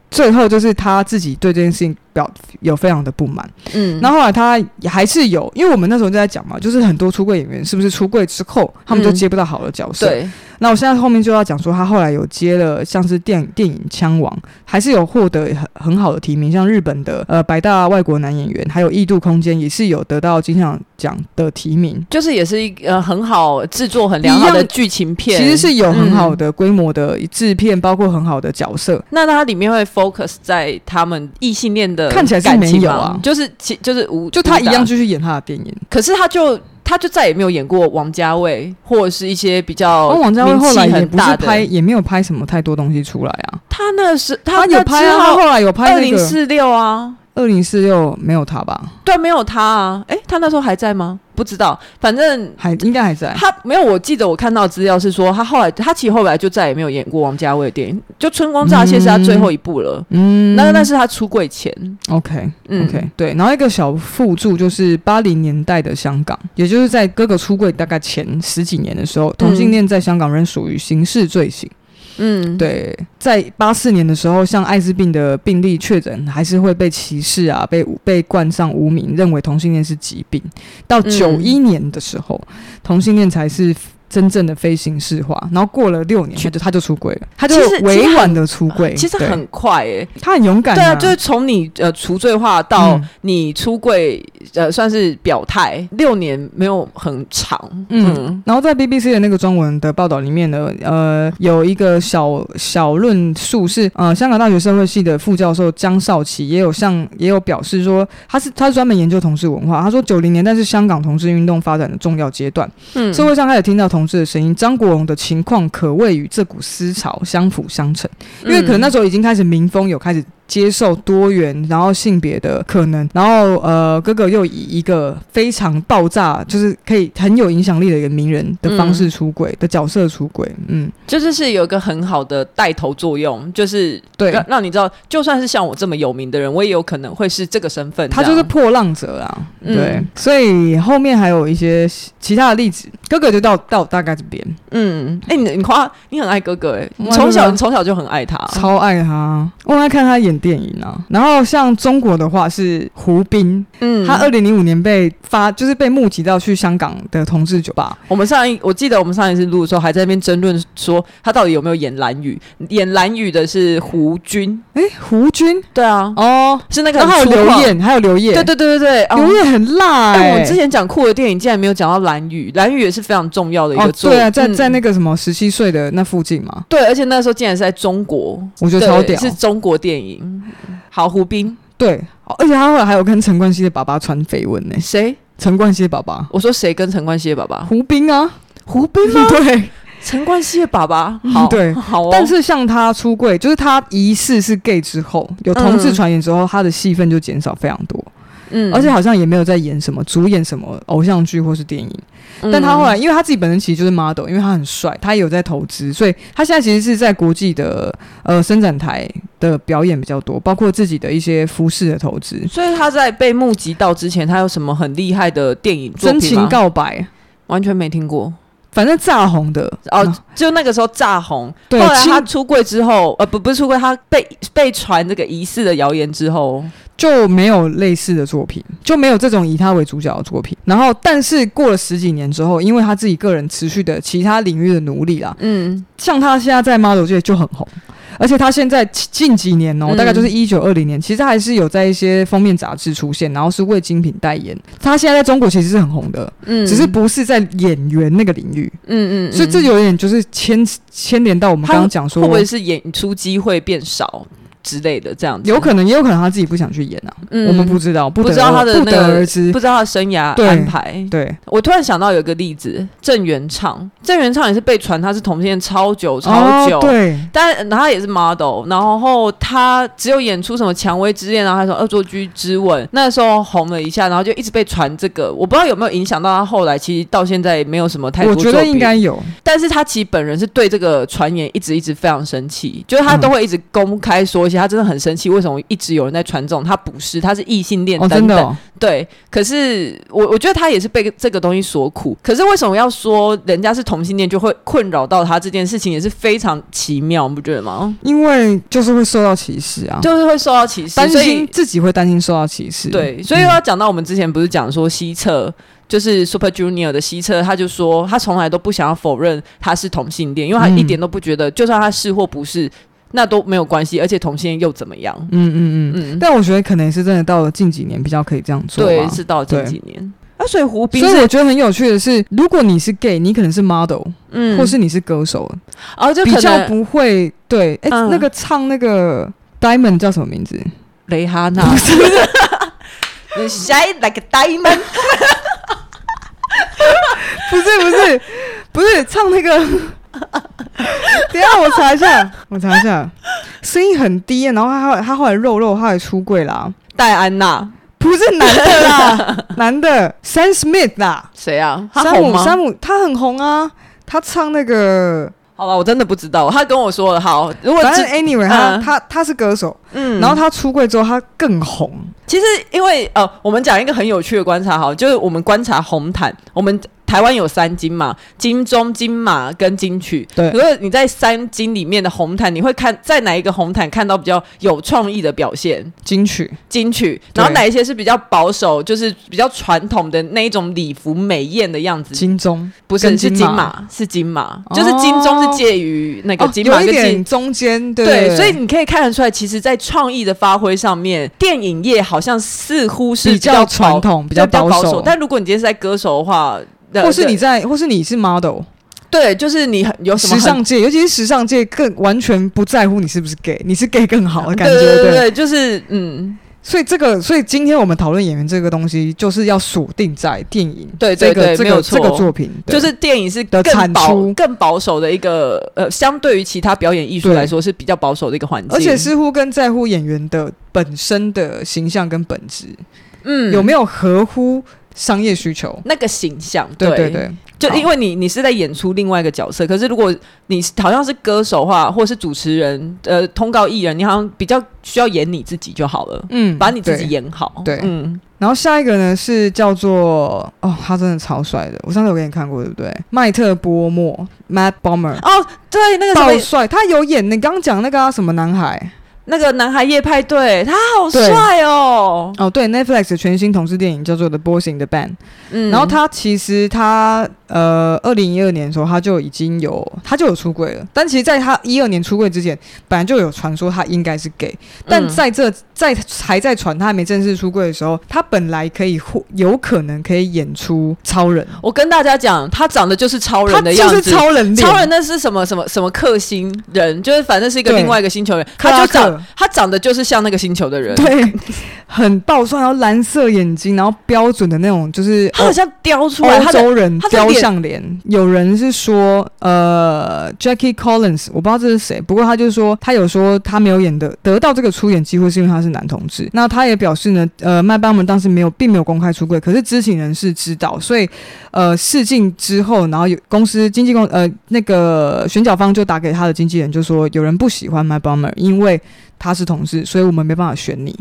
Speaker 2: 最后就是他自己对这件事情表有非常的不满。
Speaker 1: 嗯，
Speaker 2: 那后来他也还是有，因为我们那时候就在讲嘛，就是很多出柜演员是不是出柜之后，他们就
Speaker 1: 嗯
Speaker 2: 接不到好的角色。
Speaker 1: 对，
Speaker 2: 那我现在后面就要讲说，他后来有接了像是电电影《枪王》，还是有获得很很好的提名，像日本的呃百大外国男演员，还有《异度空间》也是有得到金像奖的提名。
Speaker 1: 就是也是一个呃很好制作很良
Speaker 2: 一
Speaker 1: 好
Speaker 2: 样
Speaker 1: 的剧情
Speaker 2: 其
Speaker 1: 片，
Speaker 2: 实是有很好的规模的制片，包括很好的角色，
Speaker 1: 那它里面会 focus 在他们异性恋的
Speaker 2: 看起来是
Speaker 1: 感
Speaker 2: 没
Speaker 1: 情
Speaker 2: 有
Speaker 1: 吗
Speaker 2: 啊
Speaker 1: 就是其就是无
Speaker 2: 就他一样
Speaker 1: 无打
Speaker 2: 继续演他的电影。
Speaker 1: 可是他就他就再也没有演过王家卫或者是一些比较
Speaker 2: 而哦王家卫
Speaker 1: 名气
Speaker 2: 后来也
Speaker 1: 哦很
Speaker 2: 不是
Speaker 1: 大的
Speaker 2: 拍，也没有拍什么太多东西出来啊。
Speaker 1: 他那是
Speaker 2: 他有拍啊，他后来有拍
Speaker 1: 二
Speaker 2: 那
Speaker 1: 零
Speaker 2: 个
Speaker 1: 四六啊。
Speaker 2: 二零四六没有他吧？
Speaker 1: 对，没有他啊！诶，他那时候还在吗？不知道，反正
Speaker 2: 还应该还在。
Speaker 1: 他没有。我记得我看到资料是说，他后来他其实后来就再也没有演过王家卫的电影，就《春光乍泄》是他最后一部了。
Speaker 2: 嗯，
Speaker 1: 那那是他出柜前，
Speaker 2: OK
Speaker 1: 嗯
Speaker 2: OK、对，然后一个小附注就是八零年代的香港，也就是在哥哥出柜大概前十几年的时候，同性恋在香港仍属于刑事罪行。
Speaker 1: 嗯，
Speaker 2: 对，在八四年的时候，像艾滋病的病例确诊还是会被歧视啊，被被冠上污名，认为同性恋是疾病。到
Speaker 1: 嗯
Speaker 2: 九一年的时候，同性恋才是。真正的非刑事化，然后过了六年，他就他就出柜了，他就
Speaker 1: 其实其实
Speaker 2: 委
Speaker 1: 很
Speaker 2: 婉的出柜，
Speaker 1: 其实
Speaker 2: 对
Speaker 1: 很快诶。
Speaker 2: 他很勇敢、
Speaker 1: 对啊，就是从你呃除罪化到
Speaker 2: 嗯
Speaker 1: 你出柜，呃，算是表态，六年没有很长，
Speaker 2: 嗯
Speaker 1: 嗯，
Speaker 2: 然后在 BBC 的那个中文的报道里面呢，呃，有一个小小论述是，呃，香港大学社会系的副教授江少奇也有向也有表示说，他是他是专门研究同志文化，他说九零年代是香港同志运动发展的重要阶段，
Speaker 1: 嗯
Speaker 2: 社会上开始听到同志的声音，张国荣的
Speaker 1: 嗯
Speaker 2: 情况可谓与这股思潮相辅相成，因为可能那时候已经开始民风有开始接受多元，然后性别的可能，然后呃，哥哥又以一个非常爆炸，就是可以很有影响力的一个名人的方式出轨、的角色出轨，嗯，
Speaker 1: 就是是有一个很好的带头作用，就是
Speaker 2: 对
Speaker 1: 让让你知道，就算是像我这么有名的人，我也有可能会是这个身份。
Speaker 2: 他就是破浪者啦，
Speaker 1: 嗯
Speaker 2: 对，所以后面还有一些其他的例子，哥哥就到到大概这边，
Speaker 1: 嗯，哎、你你夸你很爱哥哥、哎，你
Speaker 2: 我爱
Speaker 1: 从
Speaker 2: 哥
Speaker 1: 小
Speaker 2: 哥
Speaker 1: 你从小就很爱他，
Speaker 2: 超爱他，我很爱看他演电影啊。然后像中国的话是胡兵，
Speaker 1: 嗯
Speaker 2: 他二零零五年被发，就是被募集到去香港的同志酒吧。
Speaker 1: 我们上一我记得我们上一次录的时候还在那边争论说他到底有没有演蓝雨，演蓝雨的是胡军，
Speaker 2: 哎，胡军
Speaker 1: 对啊，
Speaker 2: 哦，
Speaker 1: 是那个
Speaker 2: 然
Speaker 1: 很
Speaker 2: 后还有
Speaker 1: 粗犷
Speaker 2: 刘，燕，还有刘烨，
Speaker 1: 对对对对对，啊
Speaker 2: 刘烨很辣
Speaker 1: 但我
Speaker 2: 哎、
Speaker 1: 们之前讲酷的电影竟然没有讲到蓝雨，蓝雨也是非常重要的一
Speaker 2: 哦
Speaker 1: 个，作、
Speaker 2: 对啊，在
Speaker 1: 嗯
Speaker 2: 在那个什么十七岁的那附近嘛，
Speaker 1: 对，而且那时候竟然是在中国，
Speaker 2: 我觉得超
Speaker 1: 对
Speaker 2: 屌。
Speaker 1: 是中国电影。好，胡兵
Speaker 2: 对，哦而且他后来还有跟陈冠希的爸爸传绯闻呢。
Speaker 1: 谁？
Speaker 2: 陈冠希的爸爸
Speaker 1: 我说谁跟陈冠希的爸爸？
Speaker 2: 胡兵啊，
Speaker 1: 胡兵
Speaker 2: 对，
Speaker 1: 陈冠希的爸爸。好，
Speaker 2: 嗯对
Speaker 1: 好哦。
Speaker 2: 但是像他出柜，就是他疑似是 gay 之后，有同志传言之后，他的戏份就减少非常多，
Speaker 1: 嗯
Speaker 2: 而且好像也没有在演什么主演什么偶像剧或是电影。
Speaker 1: 嗯
Speaker 2: 但他后来，因为他自己本身其实就是 model，因为他很帅，他也有在投资，所以他现在其实是在国际的呃伸展台的表演比较多，包括自己的一些服饰的投资
Speaker 1: 嗯，所以他在被募集到之前，他有什么很厉害的电影作
Speaker 2: 真
Speaker 1: 品吗
Speaker 2: 情告白，
Speaker 1: 完全没听过。
Speaker 2: 反正炸红的
Speaker 1: 哦
Speaker 2: 嗯，
Speaker 1: 就那个时候炸红，后
Speaker 2: 对
Speaker 1: 来他
Speaker 2: 亲
Speaker 1: 出柜之后，呃，不不是出柜，他被被传这个疑似的谣言之后，
Speaker 2: 就没有类似的作品，就没有这种以他为主角的作品。然后，但是过了十几年之后，因为他自己个人持续的其他领域的努力啦，
Speaker 1: 嗯，
Speaker 2: 像他现在在 model 界就很红，而且他现在近近几年哦、
Speaker 1: 嗯
Speaker 2: 大概就是一九二零年，其实还是有在一些封面杂志出现，然后是为精品代言。他现在在中国其实是很红的，
Speaker 1: 嗯
Speaker 2: 只是不是在演员那个领域，
Speaker 1: 嗯嗯，
Speaker 2: 所以这有点就是牵牵连到我们
Speaker 1: 他
Speaker 2: 刚刚讲
Speaker 1: 会
Speaker 2: 说，
Speaker 1: 不会是演出机会变少之类的这样子？
Speaker 2: 有可能也有可能他自己不想去演啊，
Speaker 1: 嗯
Speaker 2: 我们不知道，不
Speaker 1: 不
Speaker 2: 得
Speaker 1: 知道他的
Speaker 2: 不
Speaker 1: 那
Speaker 2: 得
Speaker 1: 个
Speaker 2: 而知
Speaker 1: 不。知道他的生涯
Speaker 2: 对
Speaker 1: 安排。
Speaker 2: 对，
Speaker 1: 我突然想到有一个例子，郑元畅，郑元畅也是被传他是同性恋超久超久。
Speaker 2: 哦、对，
Speaker 1: 但然后他也是 model，然后他只有演出什么《蔷薇之恋》，然后还有什么《恶作剧之吻》，那时候红了一下，然后就一直被传这个，我不知道有没有影响到他后来，其实到现在也没有什么太多
Speaker 2: 我觉得
Speaker 1: 作品
Speaker 2: 应该有，
Speaker 1: 但是他其实本人是对这个传言一直一直非常生气，就是他都会一直公开说一些，他真的很生气，为什么一直有人在传这种他不是，他是异性恋
Speaker 2: 哦，
Speaker 1: 等
Speaker 2: 真
Speaker 1: 等。
Speaker 2: 的、哦，
Speaker 1: 对，可是我我觉得他也是被这个东西所苦。可是为什么要说人家是同性恋就会困扰到他这件事情，也是非常奇妙，你不觉得吗？
Speaker 2: 因为就是会受到歧视啊，
Speaker 1: 就是会受到歧视，
Speaker 2: 担
Speaker 1: 所
Speaker 2: 心嗯
Speaker 1: 以
Speaker 2: 自己会担心受到歧视，
Speaker 1: 对，所以又要讲到我们之前不是讲说西澈。就是 Super Junior 的西澈，他就说他从来都不想要否认他是同性恋，因为他
Speaker 2: 嗯
Speaker 1: 一点都不觉得，就算他是或不是，那都没有关系，而且同性恋又怎么样？
Speaker 2: 嗯嗯嗯。
Speaker 1: 嗯，
Speaker 2: 但我觉得可能也是真的到了近几年比较可以这样做吧，
Speaker 1: 对，是到近
Speaker 2: 对
Speaker 1: 几年啊，所以胡斌
Speaker 2: 所以
Speaker 1: 是
Speaker 2: 我觉得很有趣的是，如果你是 gay，你可能是 model，、
Speaker 1: 嗯，
Speaker 2: 或是你是歌手，
Speaker 1: 哦，就
Speaker 2: 比
Speaker 1: 可
Speaker 2: 较
Speaker 1: 能
Speaker 2: 不会对。哎、
Speaker 1: 嗯
Speaker 2: 那个唱那个 Diamond 叫什么名字？
Speaker 1: 蕾哈娜，你 shine like a diamond，
Speaker 2: 不是不是 不是唱那个， 等一下我查一下，我查一下，声音很低，然后他后来他后来肉肉，他还出柜啦，
Speaker 1: 戴安娜
Speaker 2: 不是男的 啦，男的 Sam Smith 啦，
Speaker 1: 谁啊？他
Speaker 2: 山
Speaker 1: 红
Speaker 2: 姆
Speaker 1: 吗
Speaker 2: 山？姆他很红啊，他唱那个，
Speaker 1: 好吧，我真的不知道，他跟我说了。好，如果
Speaker 2: 反
Speaker 1: 知
Speaker 2: 正 anyway 他、
Speaker 1: 嗯
Speaker 2: 他他是歌手，
Speaker 1: 嗯
Speaker 2: 然后他出柜之后他更红，
Speaker 1: 其实，因为呃，我们讲一个很有趣的观察，好，就是我们观察红毯，我们台湾有三金嘛，金钟、金马跟金曲。
Speaker 2: 对
Speaker 1: 如果你在三金里面的红毯，你会看在哪一个红毯看到比较有创意的表现？
Speaker 2: 金曲
Speaker 1: 金曲，
Speaker 2: 对
Speaker 1: 然后哪一些是比较保守，就是比较传统的那一种礼服美艳的样子？
Speaker 2: 金钟
Speaker 1: 不是，
Speaker 2: 跟
Speaker 1: 是
Speaker 2: 金
Speaker 1: 金
Speaker 2: 马
Speaker 1: 马，是金马，
Speaker 2: 哦
Speaker 1: 就是金钟是介于那个金马
Speaker 2: 有一
Speaker 1: 跟金
Speaker 2: 点中间，对
Speaker 1: 对，所以你可以看得出来，其实，在创意的发挥上面，电影业好像似乎是
Speaker 2: 比较
Speaker 1: 保
Speaker 2: 传统，比
Speaker 1: 比
Speaker 2: 较
Speaker 1: 保
Speaker 2: 保守，
Speaker 1: 但如果你今天是在歌手的话，呃
Speaker 2: 或是你
Speaker 1: 对
Speaker 2: 在，或是你是 model，
Speaker 1: 对，就是你很有什么
Speaker 2: 时
Speaker 1: 很
Speaker 2: 尚界，尤其是时尚界更完全不在乎你是不是 gay，你是 gay 更好的感觉，
Speaker 1: 对对
Speaker 2: 对
Speaker 1: 对，就是嗯，
Speaker 2: 所以这个，所以今天我们讨论演员这个东西，就是要锁定在电影
Speaker 1: 对
Speaker 2: 这
Speaker 1: 对对
Speaker 2: 个这
Speaker 1: 没有
Speaker 2: 个
Speaker 1: 错
Speaker 2: 这个作品，对
Speaker 1: 就是电影是
Speaker 2: 的
Speaker 1: 更
Speaker 2: 产
Speaker 1: 保
Speaker 2: 出
Speaker 1: 更保守的一个呃，相对于其他表演艺术
Speaker 2: 对
Speaker 1: 来说是比较保守的一个环境，
Speaker 2: 而且似乎更在乎演员的本身的形象跟本质、
Speaker 1: 嗯
Speaker 2: 有没有合乎商业需求。
Speaker 1: 那个形象？
Speaker 2: 对
Speaker 1: 对
Speaker 2: 对对，
Speaker 1: 就
Speaker 2: 好
Speaker 1: 因为你你是在演出另外一个角色，可是如果你是好像是歌手的话，或是主持人呃通告艺人，你好像比较需要演你自己就好了，
Speaker 2: 嗯
Speaker 1: 把你自己
Speaker 2: 对
Speaker 1: 演好。
Speaker 2: 对
Speaker 1: 嗯，
Speaker 2: 然后下一个呢是叫做哦，他真的超帅的，我上次有给你看过对不对？麦特波莫 （Matt Bomber）
Speaker 1: 哦，对，那个什
Speaker 2: 爆
Speaker 1: 么
Speaker 2: 帅，他有演你刚刚讲那个、啊、什么男孩
Speaker 1: 那个男孩夜派对，他好
Speaker 2: 对
Speaker 1: 帅哦。
Speaker 2: 哦，对，Netflix 的全新同志电影叫做《The Boys in the Band》。
Speaker 1: 嗯，
Speaker 2: 然后他其实他呃，二零一二年的时候他就已经有他就有出柜了，但其实在他一二年出柜之前，本来就有传说他应该是 gay，但
Speaker 1: 嗯
Speaker 2: 在这在还在传他还没正式出柜的时候，他本来可以或有可能可以演出超人，
Speaker 1: 我跟大家讲，他长得就是超
Speaker 2: 他
Speaker 1: 人的样
Speaker 2: 就是
Speaker 1: 子，
Speaker 2: 超人脸，
Speaker 1: 超人那是什么什么什么克星人，就是反正是一个
Speaker 2: 对
Speaker 1: 另外一个星球人，
Speaker 2: 克
Speaker 1: 他
Speaker 2: 拉
Speaker 1: 就长
Speaker 2: 克
Speaker 1: 他长得就是像那个星球的人，
Speaker 2: 对，很暴帅，然后蓝色眼睛，然后标准的那种就是
Speaker 1: 他好像雕出来，
Speaker 2: 欧
Speaker 1: 他的
Speaker 2: 洲人
Speaker 1: 他的
Speaker 2: 雕
Speaker 1: 脸
Speaker 2: 像脸，有人是说，呃，Jackie Collins，我不知道这是谁，不过他就是说，他有说他没有演的得到这个出演机会是因为他是男同志。那他也表示呢，呃，麦班们当时没有并没有公开出柜，可是知情人士知道，所以呃，试镜之后，然后有公司经纪公呃那个选角方就打给他的经纪人，就说有人不喜欢 My Bomber，因为他是同志，所以我们没办法选你。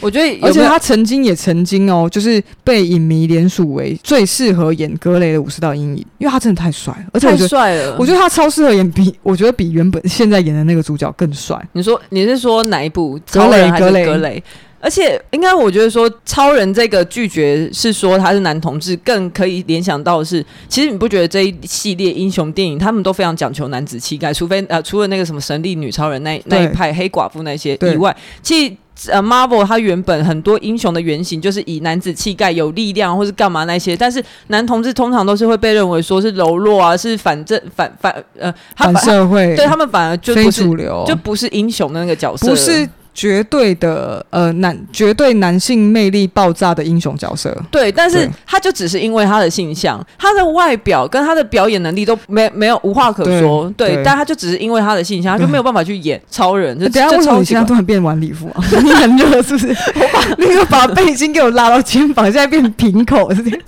Speaker 1: 我觉得有没有，
Speaker 2: 而且他曾经也曾经哦，就是被影迷联署为最适合演格雷的武士道阴影，因为他真的太帅了，而且我
Speaker 1: 太
Speaker 2: 觉得。
Speaker 1: 帅了，
Speaker 2: 我觉得他超适合演比，我觉得比原本现在演的那个主角更帅。
Speaker 1: 你说你是说哪一部？
Speaker 2: 格
Speaker 1: 超人
Speaker 2: 雷
Speaker 1: 还
Speaker 2: 格
Speaker 1: 是
Speaker 2: 雷
Speaker 1: 格雷？而且应该我觉得说超人这个拒绝是说他是男同志，更可以联想到的是，其实你不觉得这一系列英雄电影他们都非常讲求男子气概，除非呃除了那个什么神力女超人那那一
Speaker 2: 对
Speaker 1: 派黑寡妇那些
Speaker 2: 对
Speaker 1: 以外，其实。呃，Marvel 它原本很多英雄的原型就是以男子气概、有力量或是干嘛那些，但是男同志通常都是会被认为说是柔弱啊，是反正反反呃，他
Speaker 2: 反
Speaker 1: 反
Speaker 2: 社会，
Speaker 1: 对他们反而就
Speaker 2: 非
Speaker 1: 不是
Speaker 2: 主流，
Speaker 1: 就不是英雄的那个角色，
Speaker 2: 不是绝对的呃男，绝对男性魅力爆炸的英雄角色。
Speaker 1: 对，但是
Speaker 2: 对
Speaker 1: 他就只是因为他的性向、他的外表跟他的表演能力都没没有无话可说，
Speaker 2: 对
Speaker 1: 对，
Speaker 2: 对
Speaker 1: 但他就只是因为他的性向，他就
Speaker 2: 对
Speaker 1: 没有办法去演超人，这
Speaker 2: 哎 等一下
Speaker 1: 这
Speaker 2: 为什么
Speaker 1: 超
Speaker 2: 你
Speaker 1: 级
Speaker 2: 现在突然变晚礼服啊？ 你很热是 不是？我把 那个把背心给我拉到肩膀，现在变平口是不 是？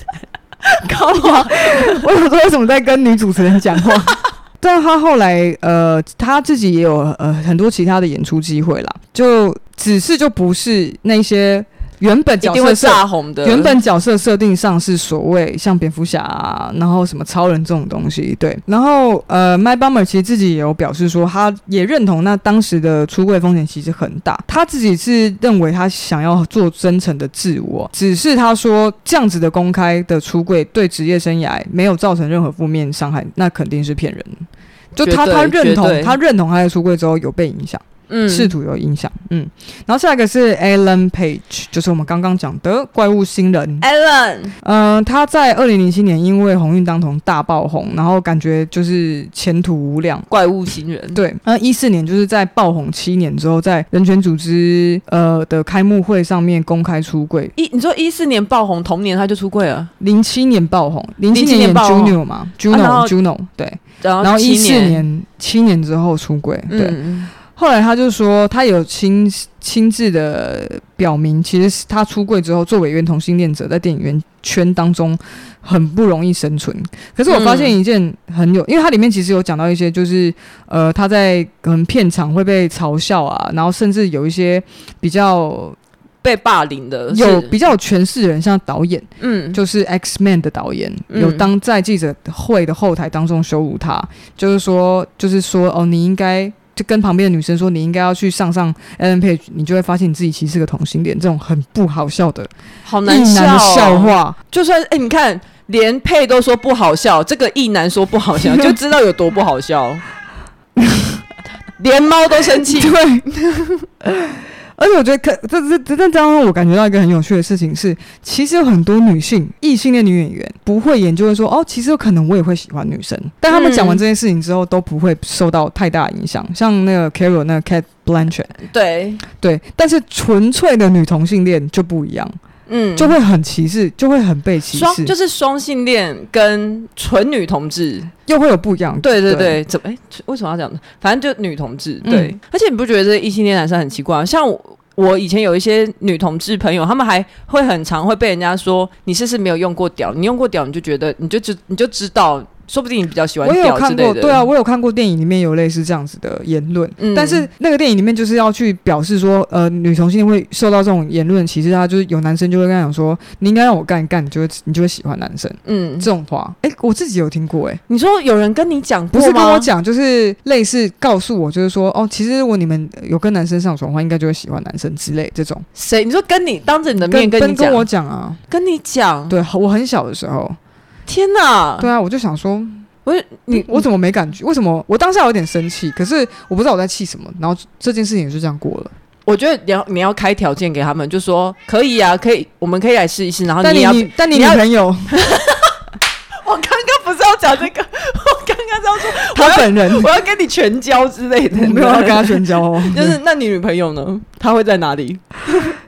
Speaker 1: 高啊，
Speaker 2: 我想说，为什么在跟女主持人讲话？ 但他后来，呃，他自己也有呃很多其他的演出机会啦，就只是就不是那些原本
Speaker 1: 一
Speaker 2: 角
Speaker 1: 定会
Speaker 2: 色设
Speaker 1: 炸红的。
Speaker 2: 原本角色设定上是所谓像蝙蝠侠、啊，然后什么超人这种东西，对。然后呃，My Bummer 其实自己也有表示说，他也认同那当时的出柜风险其实很大，他自己是认为他想要做真诚的自我，只是他说这样子的公开的出柜对职业生涯没有造成任何负面伤害，那肯定是骗人。就
Speaker 1: 绝
Speaker 2: 他
Speaker 1: 对
Speaker 2: 他认
Speaker 1: 绝
Speaker 2: 同
Speaker 1: 对
Speaker 2: 他认同他在出柜之后有被影响。
Speaker 1: 嗯
Speaker 2: 试图有影响。嗯，然后下一个是 Alan Page，就是我们刚刚讲的怪物新人。
Speaker 1: 哎 Alan，
Speaker 2: 嗯、他在二零零七年因为《鸿运当头》大爆红，然后感觉就是前途无量。
Speaker 1: 怪物新人，
Speaker 2: 对，那一四年就是在爆红七年之后，在人权组织呃的开幕会上面公开出柜。
Speaker 1: 一你说一四年爆红，同年他就出柜了，
Speaker 2: 零七年爆红，零七
Speaker 1: 07年
Speaker 2: 演
Speaker 1: 爆红
Speaker 2: Juno 嘛
Speaker 1: 啊然后
Speaker 2: ，Juno Juno 对，
Speaker 1: 然
Speaker 2: 然后
Speaker 1: 七
Speaker 2: 一四
Speaker 1: 年，
Speaker 2: 年七年之后出柜，对，
Speaker 1: 嗯，
Speaker 2: 后来他就说，他有亲亲自的表明，其实是他出柜之后，作为一位同性恋者，在电影院圈当中很不容易生存。可是我发现一件很有，因为它里面其实有讲到一些，就是呃，他在可能片场会被嘲笑啊，然后甚至有一些比较
Speaker 1: 被霸凌的呃是
Speaker 2: 有比较有权势的人，像导演，
Speaker 1: 嗯
Speaker 2: 就是 X Man 的导演，
Speaker 1: 嗯
Speaker 2: 有当在记者会的后台当中羞辱他，就是说，就是说，哦，你应该就跟旁边的女生说，你应该要去上上 Ellen Page，你就会发现你自己其实是个同性恋，这种很不好笑的
Speaker 1: 好
Speaker 2: 异
Speaker 1: 难
Speaker 2: 男的
Speaker 1: 哦
Speaker 2: 笑话。
Speaker 1: 就算哎、你看，连配都说不好笑，这个一男说不好 笑，就知道有多不好 笑。连猫都生气，
Speaker 2: 对，而且我觉得可这这这这这让我感觉到一个很有趣的事情是，其实有很多女性异性恋女演员不会研究说哦，其实有可能我也会喜欢女生，
Speaker 1: 嗯
Speaker 2: 但他们讲完这件事情之后都不会受到太大影响。像那个 Carol 那个 Cat Blanchett，
Speaker 1: 对，
Speaker 2: 对，但是纯粹的女同性恋就不一样，
Speaker 1: 嗯，
Speaker 2: 就会很歧视，就会很被歧
Speaker 1: 双
Speaker 2: 视，
Speaker 1: 就是双性恋跟纯女同志，
Speaker 2: 又会有不一样。
Speaker 1: 对对对，，怎么哎、为什么要这样呢？反正就女同志，
Speaker 2: 嗯
Speaker 1: 对。而且你不觉得这异性恋男生很奇怪吗？像我。我以前有一些女同志朋友，他们还会很常会被人家说你是不是没有用过屌，你用过屌你就觉得你就知你就知道，说不定你比较喜欢
Speaker 2: 我也有
Speaker 1: 屌之
Speaker 2: 看
Speaker 1: 类
Speaker 2: 过，
Speaker 1: 的。
Speaker 2: 对啊，，我有看过电影里面有类似这样子的言论，
Speaker 1: 嗯
Speaker 2: 但是那个电影里面就是要去表示说，呃，女同性会受到这种言论歧视，他就是有男生就会跟他讲说，你应该让我干一干，你就会你就会喜欢男生
Speaker 1: 嗯
Speaker 2: 这，种话。哎、我自己有听过、诶哎，
Speaker 1: 你说有人跟你讲过吗？
Speaker 2: 不是跟我讲，就是类似告诉我，就是说，哦，其实如果你们有跟男生上床的话，应该就会喜欢男生之类这种。
Speaker 1: 谁？你说跟你当着你的面
Speaker 2: 跟
Speaker 1: 跟你
Speaker 2: 跟
Speaker 1: 讲，
Speaker 2: 我讲啊，
Speaker 1: 跟你讲，
Speaker 2: 对我很小的时候，
Speaker 1: 天哪！
Speaker 2: 对啊，我就想说，
Speaker 1: 我嗯你
Speaker 2: 我怎么没感觉？为什么我当下有点生气？可是我不知道我在气什么，然后这件事情也就这样过了。
Speaker 1: 我觉得你要你要开条件给他们，就说可以啊，可以，我们可以来试一试。然后
Speaker 2: 但
Speaker 1: 哦你也要，
Speaker 2: 你但你
Speaker 1: 你
Speaker 2: 女
Speaker 1: 要
Speaker 2: 朋友
Speaker 1: 我刚刚不是要讲这个， 我刚刚是要说
Speaker 2: 她本人
Speaker 1: 我要跟你全交之类的，
Speaker 2: 没有要跟她全交 哦。
Speaker 1: 就是那你女朋友呢？她会在哪里？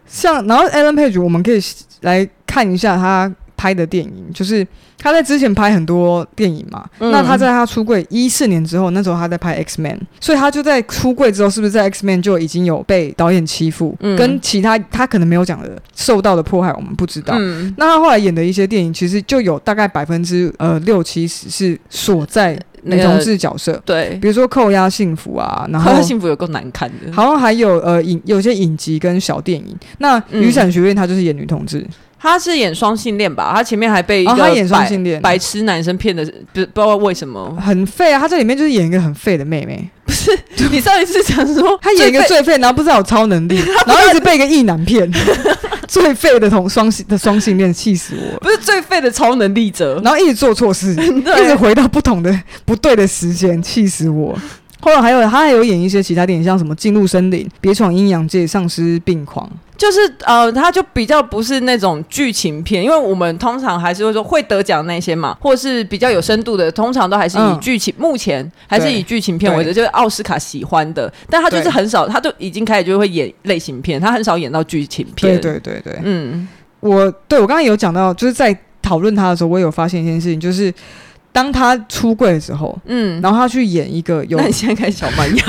Speaker 2: 像然后 Alan Page，我们可以来看一下他拍的电影，就是他在之前拍很多电影嘛。
Speaker 1: 嗯
Speaker 2: 那他在他出柜一四年之后，那时候他在拍 X Man，所以他就在出柜之后，是不是在 X Man 就已经有被导演欺负，
Speaker 1: 嗯
Speaker 2: 跟其他他可能没有讲的受到的迫害，我们不知道。
Speaker 1: 嗯，
Speaker 2: 那他后来演的一些电影，其实就有大概百分之呃六七十是所在
Speaker 1: 那
Speaker 2: 女
Speaker 1: 个
Speaker 2: 同志角色，
Speaker 1: 对，
Speaker 2: 比如说扣押幸福啊，然后
Speaker 1: 她的幸福有够难看的。
Speaker 2: 好像还有呃影有些影集跟小电影。那
Speaker 1: 嗯
Speaker 2: 雨伞学院他就是演女同志，
Speaker 1: 她是演双性恋吧？她前面还被一
Speaker 2: 然
Speaker 1: 个
Speaker 2: 后哦他演双
Speaker 1: 白
Speaker 2: 性恋，
Speaker 1: 白痴男生骗的，不不知道为什么。
Speaker 2: 很废啊，他在里面就是演一个很废的妹妹，
Speaker 1: 你上一次讲说
Speaker 2: 他演一个
Speaker 1: 最
Speaker 2: 最废，然后不知道有超能力，然后一直被一个异男骗， 最废的同双性的双性恋，气死我了。
Speaker 1: 不是最废的超能力 者，
Speaker 2: 然后一直做错事，
Speaker 1: 对
Speaker 2: 一直回到不同的 不对的时间，气死我。后来还有他还有演一些其他电影，像什么《进入森林》《别闯阴阳界》《丧尸病狂》。
Speaker 1: 就是呃，它就比较不是那种剧情片，因为我们通常还是会说会得奖那些嘛，或是比较有深度的，通常都还是以
Speaker 2: 嗯
Speaker 1: 剧情，目前还是以剧情片为主，
Speaker 2: 对
Speaker 1: 就是奥斯卡喜欢的。但他就是
Speaker 2: 对
Speaker 1: 很少，他就已经开始就会演类型片，他很少演到剧情片。
Speaker 2: 对，对对对，
Speaker 1: 嗯，
Speaker 2: 我对我刚刚有讲到，就是在讨论他的时候，我也有发现一件事情，就是当他出柜的时候，
Speaker 1: 嗯，
Speaker 2: 然后他去演一个有
Speaker 1: 那你现在开小蛮 腰，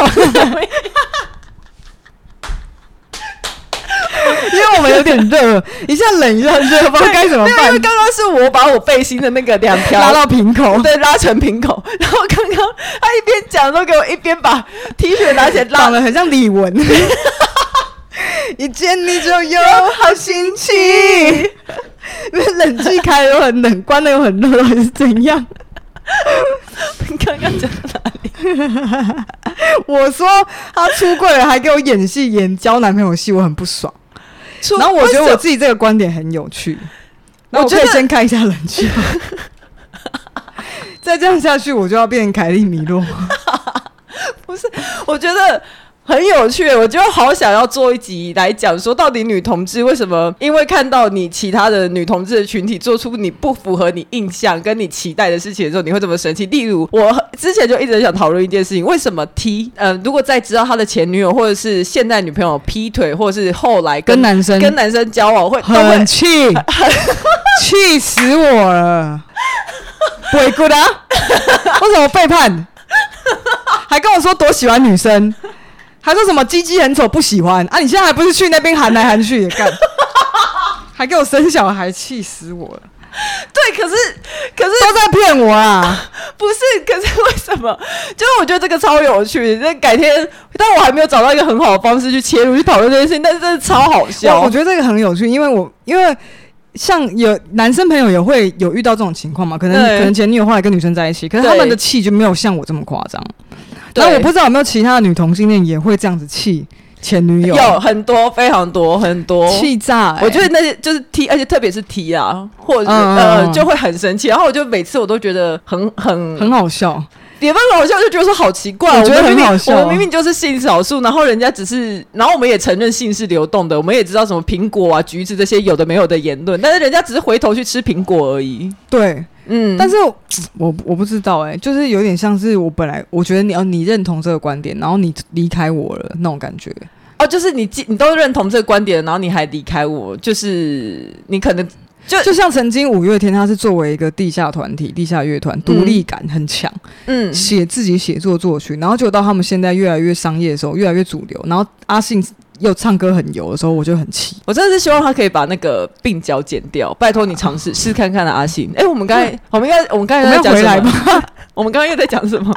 Speaker 2: 因为我们有点热， 一下冷一下热，不知道该怎么
Speaker 1: 因为
Speaker 2: 办，
Speaker 1: 刚刚是我把我背心的那个两条
Speaker 2: 拉到瓶口，
Speaker 1: 对，拉成瓶口，然后刚刚他一边讲都给我一边把 T 恤拿起来拉
Speaker 2: 长得很像李 玟。一见你就有好心情，因为 冷气开得又很冷，关的又很热，到底是怎样？
Speaker 1: 你刚刚讲
Speaker 2: 我说他出柜了，还给我演戏，演交男朋友戏，我很不爽。
Speaker 1: 出，
Speaker 2: 然后我觉
Speaker 1: 为
Speaker 2: 得
Speaker 1: 什
Speaker 2: 我
Speaker 1: 么
Speaker 2: 自己这个观点很有趣，那
Speaker 1: 我
Speaker 2: 我
Speaker 1: 觉
Speaker 2: 可
Speaker 1: 得
Speaker 2: 以先开一下冷气吗。 再这样下去，我就要变凯利米洛。
Speaker 1: 我觉得很有趣，我就好想要做一集来讲说，到底女同志为什么因为看到你其他的女同志的群体做出你不符合你印象跟你期待的事情的时候，你会这么生气？例如，我之前就一直很想讨论一件事情，为什么 T 呃，如果再知道他的前女友或者是现在女朋友劈腿，或者是后来跟
Speaker 2: 跟男生
Speaker 1: 跟男生交往会都会
Speaker 2: 很气，气死我了！鬼谷的，啊为什么背叛？还跟我说多喜欢女生，还说什么鸡鸡很丑不喜欢啊？你现在还不是去那边喊来喊去也干，还给我生小孩，气死我了！
Speaker 1: 对，可是可是
Speaker 2: 都在骗我啊！
Speaker 1: 不是，可是为什么？ 就是我觉得这个超有趣，那改天，但我还没有找到一个很好的方式去切入去讨论这件事情，但是真的超好
Speaker 2: 我
Speaker 1: 笑
Speaker 2: 我。觉得这个很有趣，因为我因为。像有男生朋友也会有遇到这种情况嘛？可能
Speaker 1: 对
Speaker 2: 可能前女友后来跟女生在一起，可是他
Speaker 1: 对
Speaker 2: 们的气就没有像我这么夸张。
Speaker 1: 对
Speaker 2: 那我不知道有没有其他的女同性恋也会这样子气前女友，
Speaker 1: 有很多，非常多，很多。
Speaker 2: 气炸、欸。
Speaker 1: 我觉得那些就是 T，而且特别是 T 啊，或者是、
Speaker 2: 嗯嗯
Speaker 1: 呃，
Speaker 2: 嗯
Speaker 1: 就会很生气。然后我就每次我都觉得很很
Speaker 2: 很好笑，
Speaker 1: 也不是好笑，就觉得说好奇怪。
Speaker 2: 我觉得
Speaker 1: 们明
Speaker 2: 很
Speaker 1: 明
Speaker 2: 好笑啊
Speaker 1: 我们明明就是性少数，然后人家只是，然后我们也承认性是流动的，我们也知道什么苹果啊、橘子这些有的没有的言论，但是人家只是回头去吃苹果而已。
Speaker 2: 对，
Speaker 1: 嗯，
Speaker 2: 但是我我我不知道哎、就是有点像是我本来我觉得你要你认同这个观点，然后你离开我了那种感觉。
Speaker 1: 哦，就是你既你都认同这个观点，然后你还离开我，就是你可能就
Speaker 2: 就像曾经五月天，他是作为一个地下团体、地下乐团，独立感很强，
Speaker 1: 嗯
Speaker 2: 写、自己写作作曲，然后就到他们现在越来越商业的时候，越来越主流，然后阿信又唱歌很油的时候，我就很气。
Speaker 1: 我真的是希望他可以把那个鬓角剪掉，拜托你尝试试看看啊，阿信。哎、我们刚才，我们应该，我们刚
Speaker 2: 我
Speaker 1: 才
Speaker 2: 们
Speaker 1: 在
Speaker 2: 要
Speaker 1: 讲
Speaker 2: 回
Speaker 1: 什
Speaker 2: 来
Speaker 1: 么？
Speaker 2: 吧。
Speaker 1: 我们刚刚又在讲什么？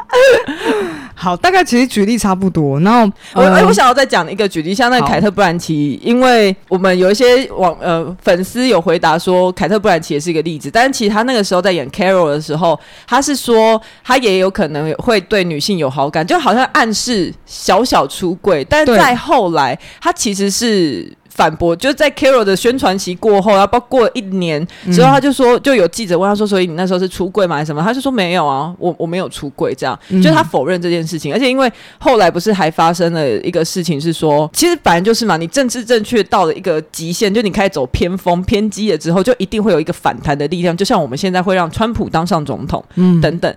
Speaker 2: 好，大概其实举例差不多。然后
Speaker 1: 我
Speaker 2: 呃
Speaker 1: 哎、我想要再讲一个举例，像那个
Speaker 2: 好
Speaker 1: 凯特·布兰奇，因为我们有一些网呃粉丝有回答说，凯特·布兰奇也是一个例子，但是其实他那个时候在演 Carol 的时候，他是说他也有可能会对女性有好感，就好像暗示小小出柜，但
Speaker 2: 对
Speaker 1: 再后来他其实是。反驳，就是在 Carol 的宣传期过后，然后包括一年之后，他就说，就有记者问他说，所以你那时候是出柜吗？还是什么？他就说没有啊，我我没有出柜，这样，
Speaker 2: 嗯
Speaker 1: 就他否认这件事情，而且因为后来不是还发生了一个事情，是说其实本来就是嘛，你政治正确到了一个极限，就你开始走偏锋偏激了之后，就一定会有一个反弹的力量，就像我们现在会让川普当上总统
Speaker 2: 嗯
Speaker 1: 等等。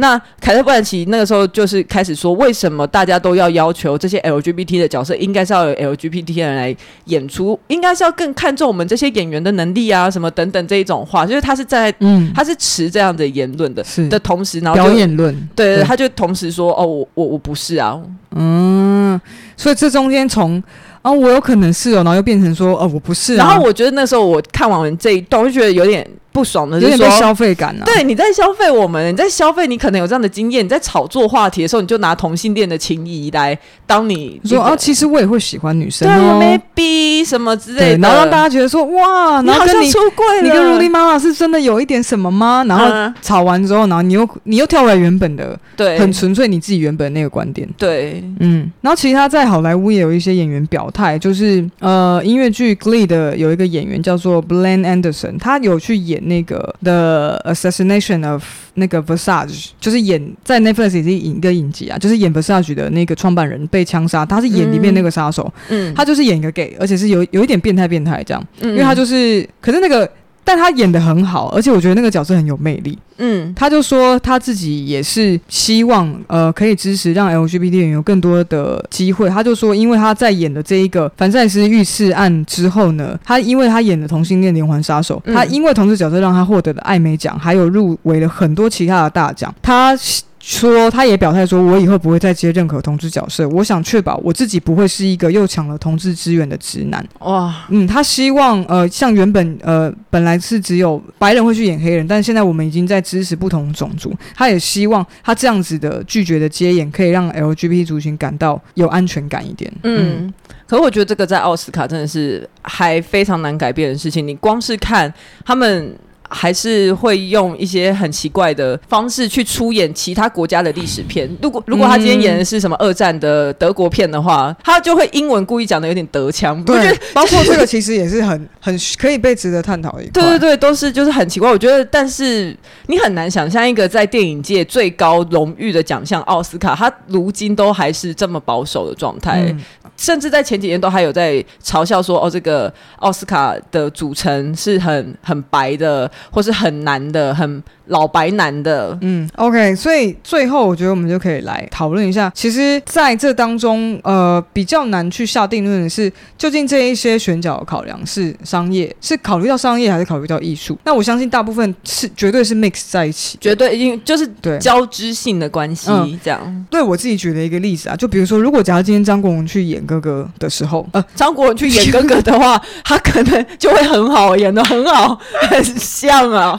Speaker 1: 那凯特·布兰奇那个时候就是开始说，为什么大家都要要求这些 LGBT 的角色应该是要有 LGBT 的人来演出，应该是要更看重我们这些演员的能力啊，什么等等这一种话，就是他是在
Speaker 2: 嗯，
Speaker 1: 他是持这样的言论的
Speaker 2: 是
Speaker 1: 的同时，然后就
Speaker 2: 表演论，
Speaker 1: 对
Speaker 2: 对
Speaker 1: 他就同时说哦，我我我不是啊，
Speaker 2: 嗯，所以这中间从啊我有可能是哦，然后又变成说哦我不是、啊，
Speaker 1: 然后我觉得那时候我看完这一段，我就觉得有点不爽的，
Speaker 2: 有
Speaker 1: 就是
Speaker 2: 点被
Speaker 1: 说。
Speaker 2: 消费感啊。
Speaker 1: 对，你在消费我们，你在消费，你可能有这样的经验。你在炒作话题的时候，你就拿同性恋的情谊来当你
Speaker 2: 你说
Speaker 1: 一个
Speaker 2: 啊其实我也会喜欢女生
Speaker 1: 对啊
Speaker 2: 哦，
Speaker 1: ，maybe 什么之类
Speaker 2: 对
Speaker 1: 的，
Speaker 2: 然后让大家觉得说哇，
Speaker 1: 你
Speaker 2: 然后
Speaker 1: 好
Speaker 2: 跟
Speaker 1: 像
Speaker 2: 你
Speaker 1: 出柜了，
Speaker 2: 你跟如丽妈妈是真的有一点什么吗？然后
Speaker 1: 嗯
Speaker 2: 吵完之后，然后你又你又跳回来原本的，
Speaker 1: 对，
Speaker 2: 很纯粹你自己原本那个观点。
Speaker 1: 对，
Speaker 2: 嗯，然后其实他在好莱坞也有一些演员表态，就是呃，音乐剧《Glee》的有一个演员叫做 Blaine Anderson，他有去演那个《The Assassination of》那个 Versace，就是演在 Netflix 也是影一个影集啊，就是演 Versace 的那个创办人被枪杀，他是演里面那个杀手，
Speaker 1: 嗯，
Speaker 2: 他就是演一个 gay，而且是有有一点变态变态这样，
Speaker 1: 因
Speaker 2: 因为他就是，可是那个。但他演的很好，而且我觉得那个角色很有魅力。
Speaker 1: 嗯
Speaker 2: 他就说他自己也是希望呃可以支持让 LGBT 演员有更多的机会。他就说，因为他在演的这一个反赛斯遇刺案之后呢，他因为他演的同性恋连环杀手，
Speaker 1: 嗯
Speaker 2: 他因为同志角色让他获得了艾美奖，还有入围了很多其他的大奖。他说，他也表态说，我以后不会再接任何同志角色，我想确保我自己不会是一个又抢了同志资源的直男。
Speaker 1: 哇，
Speaker 2: 嗯，他希望呃，像原本呃，本来是只有白人会去演黑人，但现在我们已经在支持不同种族。他也希望他这样子的拒绝的接演，可以让 LGBT 族群感到有安全感一点。嗯，
Speaker 1: 嗯，可我觉得这个在奥斯卡真的是还非常难改变的事情。你光是看他们。还是会用一些很奇怪的方式去出演其他国家的历史片。如
Speaker 2: 嗯
Speaker 1: 果如果他今天演的是什么二战的德国片的话，他就会英文故意讲的有点德腔。我觉得
Speaker 2: 对，包括这个其实也是很很可以被值得探讨的一块。
Speaker 1: 对对对，都是就是很奇怪。我觉得，但是你很难想象一个在电影界最高荣誉的奖项奥斯卡，他如今都还是这么保守的状态。
Speaker 2: 嗯
Speaker 1: 甚至在前几年都还有在嘲笑说，哦，这个奥斯卡的组成是很很白的，或是很难的，很老白男的。
Speaker 2: 嗯，OK，所以最后我觉得我们就可以来讨论一下，其实在这当中，呃，比较难去下定论的是，究竟这一些选角考量是商业，是考虑到商业还是考虑到艺术？那我相信大部分是绝对是 mix 在一起。
Speaker 1: 绝对，因为就是
Speaker 2: 对，
Speaker 1: 交织性的关系，
Speaker 2: 嗯
Speaker 1: 这样。
Speaker 2: 对我自己举了一个例子啊，就比如说，如果假如今天张国荣去演哥哥的时候，呃，
Speaker 1: 张国荣去演哥哥的话，他可能就会很好，演的很好，很像啊，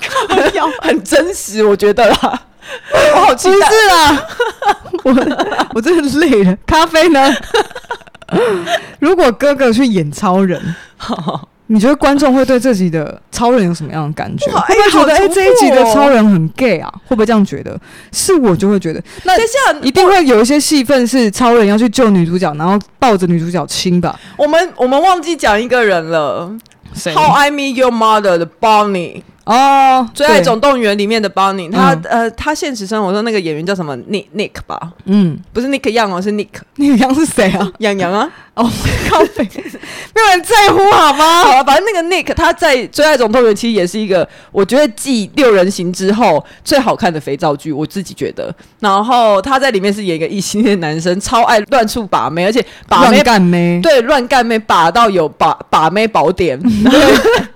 Speaker 1: 很真实，我觉得啦。我好期
Speaker 2: 不是
Speaker 1: 待，
Speaker 2: 啦，我我真的累了。咖啡呢？如果哥哥去演超人，你觉得观众会对自己的超人有什么样的感觉？
Speaker 1: 哇
Speaker 2: 会不会觉得
Speaker 1: 哎好
Speaker 2: 哎、
Speaker 1: 突破哦
Speaker 2: 这一集的超人很 gay 啊？会不会这样觉得？是我就会觉得，那
Speaker 1: 接下来
Speaker 2: 一定会有一些戏份是超人要去救女主角，然后抱着女主角亲吧？
Speaker 1: 我们我们忘记讲一个人了，
Speaker 2: 谁啊
Speaker 1: How I Met Your Mother 的 Bonnie，
Speaker 2: 哦，
Speaker 1: 《最爱
Speaker 2: 对
Speaker 1: 总动员》里面的 Bonnie，他、
Speaker 2: 嗯
Speaker 1: 呃，他现实生活中那个演员叫什么 Nick Nick 吧？
Speaker 2: 嗯，
Speaker 1: 不是 Nick 样哦，是 Nick
Speaker 2: 那个样是谁啊？
Speaker 1: 杨洋啊。
Speaker 2: 哦，靠北，没有人在乎好吗？
Speaker 1: 好了，反正那个 Nick 他在《最爱总动员》其实也是一个，我觉得继《六人行》之后最好看的肥皂剧，我自己觉得。然后他在里面是演一个异性恋男生，超爱乱处把妹，而且把妹
Speaker 2: 乱干妹，
Speaker 1: 对乱干妹把到有把把妹宝典，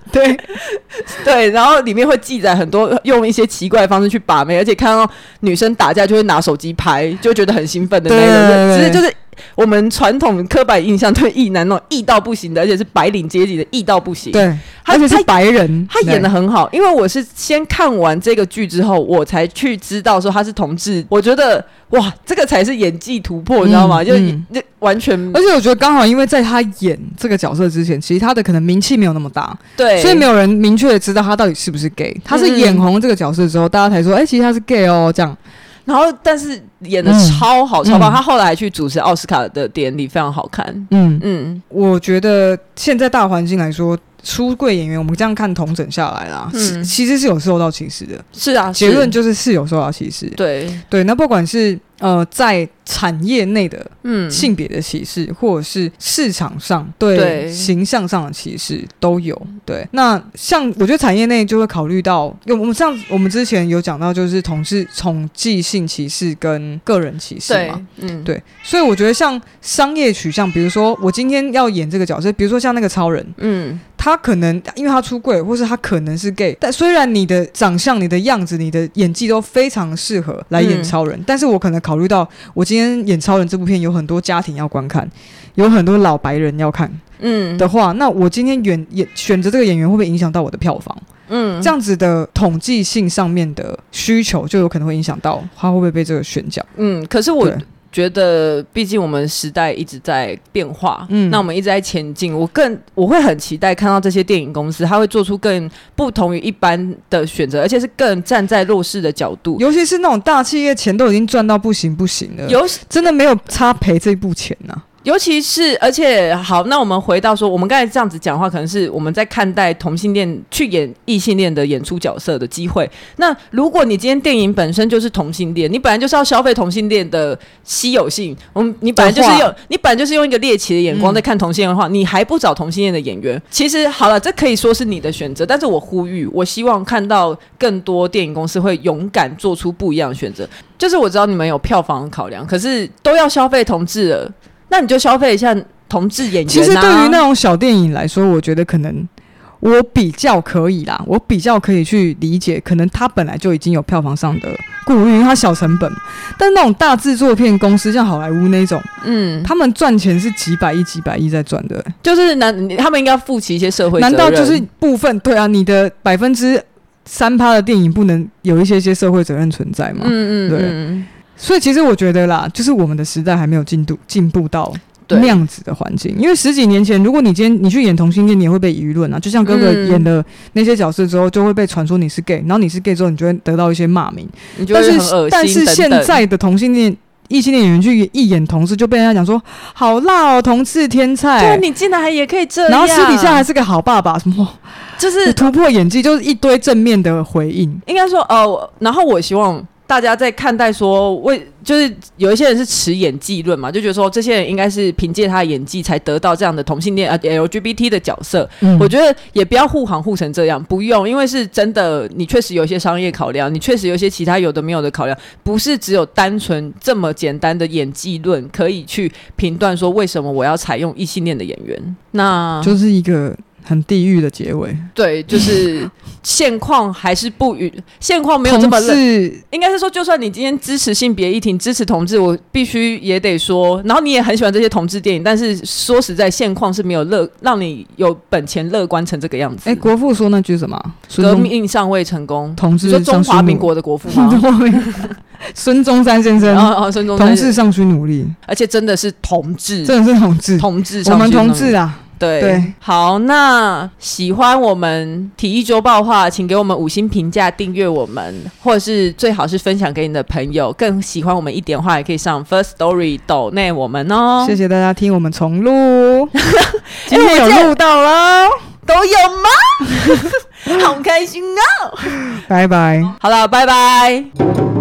Speaker 2: 对，
Speaker 1: 对，然后里面会记载很多用一些奇怪的方式去把妹，而且看到女生打架就会拿手机拍，就觉得很兴奋的那种。
Speaker 2: 对
Speaker 1: 只是就是我们传统刻板印象对异男那种异到不行的，而且是白领阶级的异到不行。
Speaker 2: 对，
Speaker 1: 他
Speaker 2: 而且
Speaker 1: 他
Speaker 2: 是白人，
Speaker 1: 他演的很好，因为我是先看完这个剧之后，我才去知道说他是同志。我觉得哇，这个才是演技突破，你知道吗？
Speaker 2: 嗯
Speaker 1: 就
Speaker 2: 嗯
Speaker 1: 就完全
Speaker 2: 对。而且我觉得刚好，因为在他演这个角色之前，其实他的可能名气没有那么大，
Speaker 1: 对，嗯
Speaker 2: 所以没有人明确的知道他到底是不是 gay。他是演红这个角色之后，大家才说，哎、其实他是 gay 哦，这样。
Speaker 1: 然后但是演的
Speaker 2: 嗯
Speaker 1: 超好，超棒。
Speaker 2: 嗯
Speaker 1: 他后来还去主持奥斯卡的典礼，非常好看。
Speaker 2: 嗯，
Speaker 1: 嗯，
Speaker 2: 我觉得现在大环境来说，出柜演员我们这样看同整下来啦，
Speaker 1: 嗯
Speaker 2: 是其实是有受到歧视的。
Speaker 1: 是啊，
Speaker 2: 结论
Speaker 1: 是
Speaker 2: 就是是有受到歧视。
Speaker 1: 对，
Speaker 2: 对，那不管是呃在产业内的
Speaker 1: 嗯，
Speaker 2: 性别的歧视，或者是市场上
Speaker 1: 对
Speaker 2: 对形象上的歧视都有。对，那像我觉得产业内就会考虑到，因为我们像我们之前有讲到，就是统治统计性歧视跟个人歧视
Speaker 1: 对
Speaker 2: 嘛。，
Speaker 1: 嗯，
Speaker 2: 对，所以我觉得像商业取向，比如说我今天要演这个角色，比如说像那个超人，
Speaker 1: 嗯，
Speaker 2: 他可能因为他出柜，或是他可能是 gay，但虽然你的长相、你的样子、你的演技都非常适合来演超人，但是我可能考虑到我今天演超人这部片有很多家庭要观看，有很多老白人要看
Speaker 1: 嗯，
Speaker 2: 的话，那我今天演演选择这个演员会不会影响到我的票房？
Speaker 1: 嗯，
Speaker 2: 这样子的统计性上面的需求就有可能会影响到他会不会被这个选角。
Speaker 1: 嗯，可是我
Speaker 2: 对
Speaker 1: 觉得，毕竟我们时代一直在变化，嗯，
Speaker 2: 嗯
Speaker 1: 那我们一直在前进。我更我会很期待看到这些电影公司，它会做出更不同于一般的选择，而且是更站在弱势的角度。
Speaker 2: 尤其是那种大企业钱都已经赚到不行不行了，
Speaker 1: 尤
Speaker 2: 真的没有差赔这部钱啊呐、
Speaker 1: 尤其是，而且呃好，那我们回到说，我们刚才这样子讲话，可能是我们在看待同性恋去演异性恋的演出角色的机会。那如果你今天电影本身就是同性恋，你本来就是要消费同性恋的稀有性，我们你本来就是
Speaker 2: 的
Speaker 1: 用你本来就是用一个猎奇的眼光
Speaker 2: 嗯
Speaker 1: 在看同性恋的话，你还不找同性恋的演员？其实好了，这可以说是你的选择，但是我呼吁，我希望看到更多电影公司会勇敢做出不一样的选择。就是我知道你们有票房考量，可是都要消费同志了，那你就消费一下同志演员、啊。
Speaker 2: 其实对于那种小电影来说，我觉得可能我比较可以啦，我比较可以去理解，可能它本来就已经有票房上的顾虑，因为它小成本。但那种大制作片公司，像好莱坞那种，
Speaker 1: 嗯，
Speaker 2: 他们赚钱是几百亿、几百亿在赚的、
Speaker 1: 就是难，他们应该负起一些社会责
Speaker 2: 难
Speaker 1: 任。
Speaker 2: 道就是部分对啊？你的百分之三趴的电影不能有一些些社会责任存在吗？
Speaker 1: 嗯嗯
Speaker 2: 对
Speaker 1: 嗯，
Speaker 2: 所以其实我觉得啦，就是我们的时代还没有进度进步到
Speaker 1: 对
Speaker 2: 那样子的环境。因为十几年前，如果你今天你去演同性恋，你也会被舆论啊。就像哥哥
Speaker 1: 嗯
Speaker 2: 演的那些角色之后，就会被传说你是 gay，然后你是 gay 之后，你就会得到一些骂名。
Speaker 1: 你就
Speaker 2: 但
Speaker 1: 会
Speaker 2: 是
Speaker 1: 很恶心
Speaker 2: 但是
Speaker 1: 等
Speaker 2: 现
Speaker 1: 等
Speaker 2: 在的同性恋。异性恋演员去演一演同志，就被人家讲说好辣哦，同志天才
Speaker 1: 对。啊你竟然还也可以这样，
Speaker 2: 哎然后私底下还是个好爸爸，什么
Speaker 1: 就是
Speaker 2: 突破演技，就是一堆正面的回应。
Speaker 1: 应该说，呃，我然后我希望大家在看待说为，就是有一些人是持演技论嘛，就觉得说这些人应该是凭借他的演技才得到这样的同性恋啊、呃 LGBT 的角色。
Speaker 2: 嗯
Speaker 1: 我觉得也不要护航护成这样，不用，因为是真的，你确实有一些商业考量，你确实有一些其他有的没有的考量，不是只有单纯这么简单的演技论可以去评断说为什么我要采用异性恋的演员。那
Speaker 2: 就是一个很地狱的结尾，
Speaker 1: 对，就是现况还是不允，现况没有这
Speaker 2: 同
Speaker 1: 么认
Speaker 2: 志
Speaker 1: 应该是说，就算你今天支持性别议题、支持同志，我必须也得说，然后你也很喜欢这些同志电影，但是说实在，现况是没有乐让你有本钱乐观成这个样子。
Speaker 2: 哎、国父说那句什么啊？孙
Speaker 1: 革
Speaker 2: 中
Speaker 1: 命尚未成功，
Speaker 2: 同
Speaker 1: 你
Speaker 2: 志
Speaker 1: 说中
Speaker 2: 尚需
Speaker 1: 华民
Speaker 2: 努
Speaker 1: 国的国父 吗？哦
Speaker 2: 对，孙中山先
Speaker 1: 然
Speaker 2: 生，
Speaker 1: 后孙中
Speaker 2: 同
Speaker 1: 山，
Speaker 2: 志尚需努力，
Speaker 1: 而且真的是同志，
Speaker 2: 真的是同志，
Speaker 1: 同志，
Speaker 2: 我们同志。啊，
Speaker 1: 对，
Speaker 2: 对
Speaker 1: 好，那喜欢我们体育周报的话，请给我们五星评价、订阅我们，或者是最好是分享给你的朋友。更喜欢我们一点的话，也可以上 First Story 抖内我们哦。
Speaker 2: 谢谢大家听我们重录，今
Speaker 1: 哎
Speaker 2: 天
Speaker 1: 我
Speaker 2: 有
Speaker 1: 记得
Speaker 2: 录到啦，
Speaker 1: 都有吗？好开心啊！
Speaker 2: 拜拜。
Speaker 1: 好了，拜拜。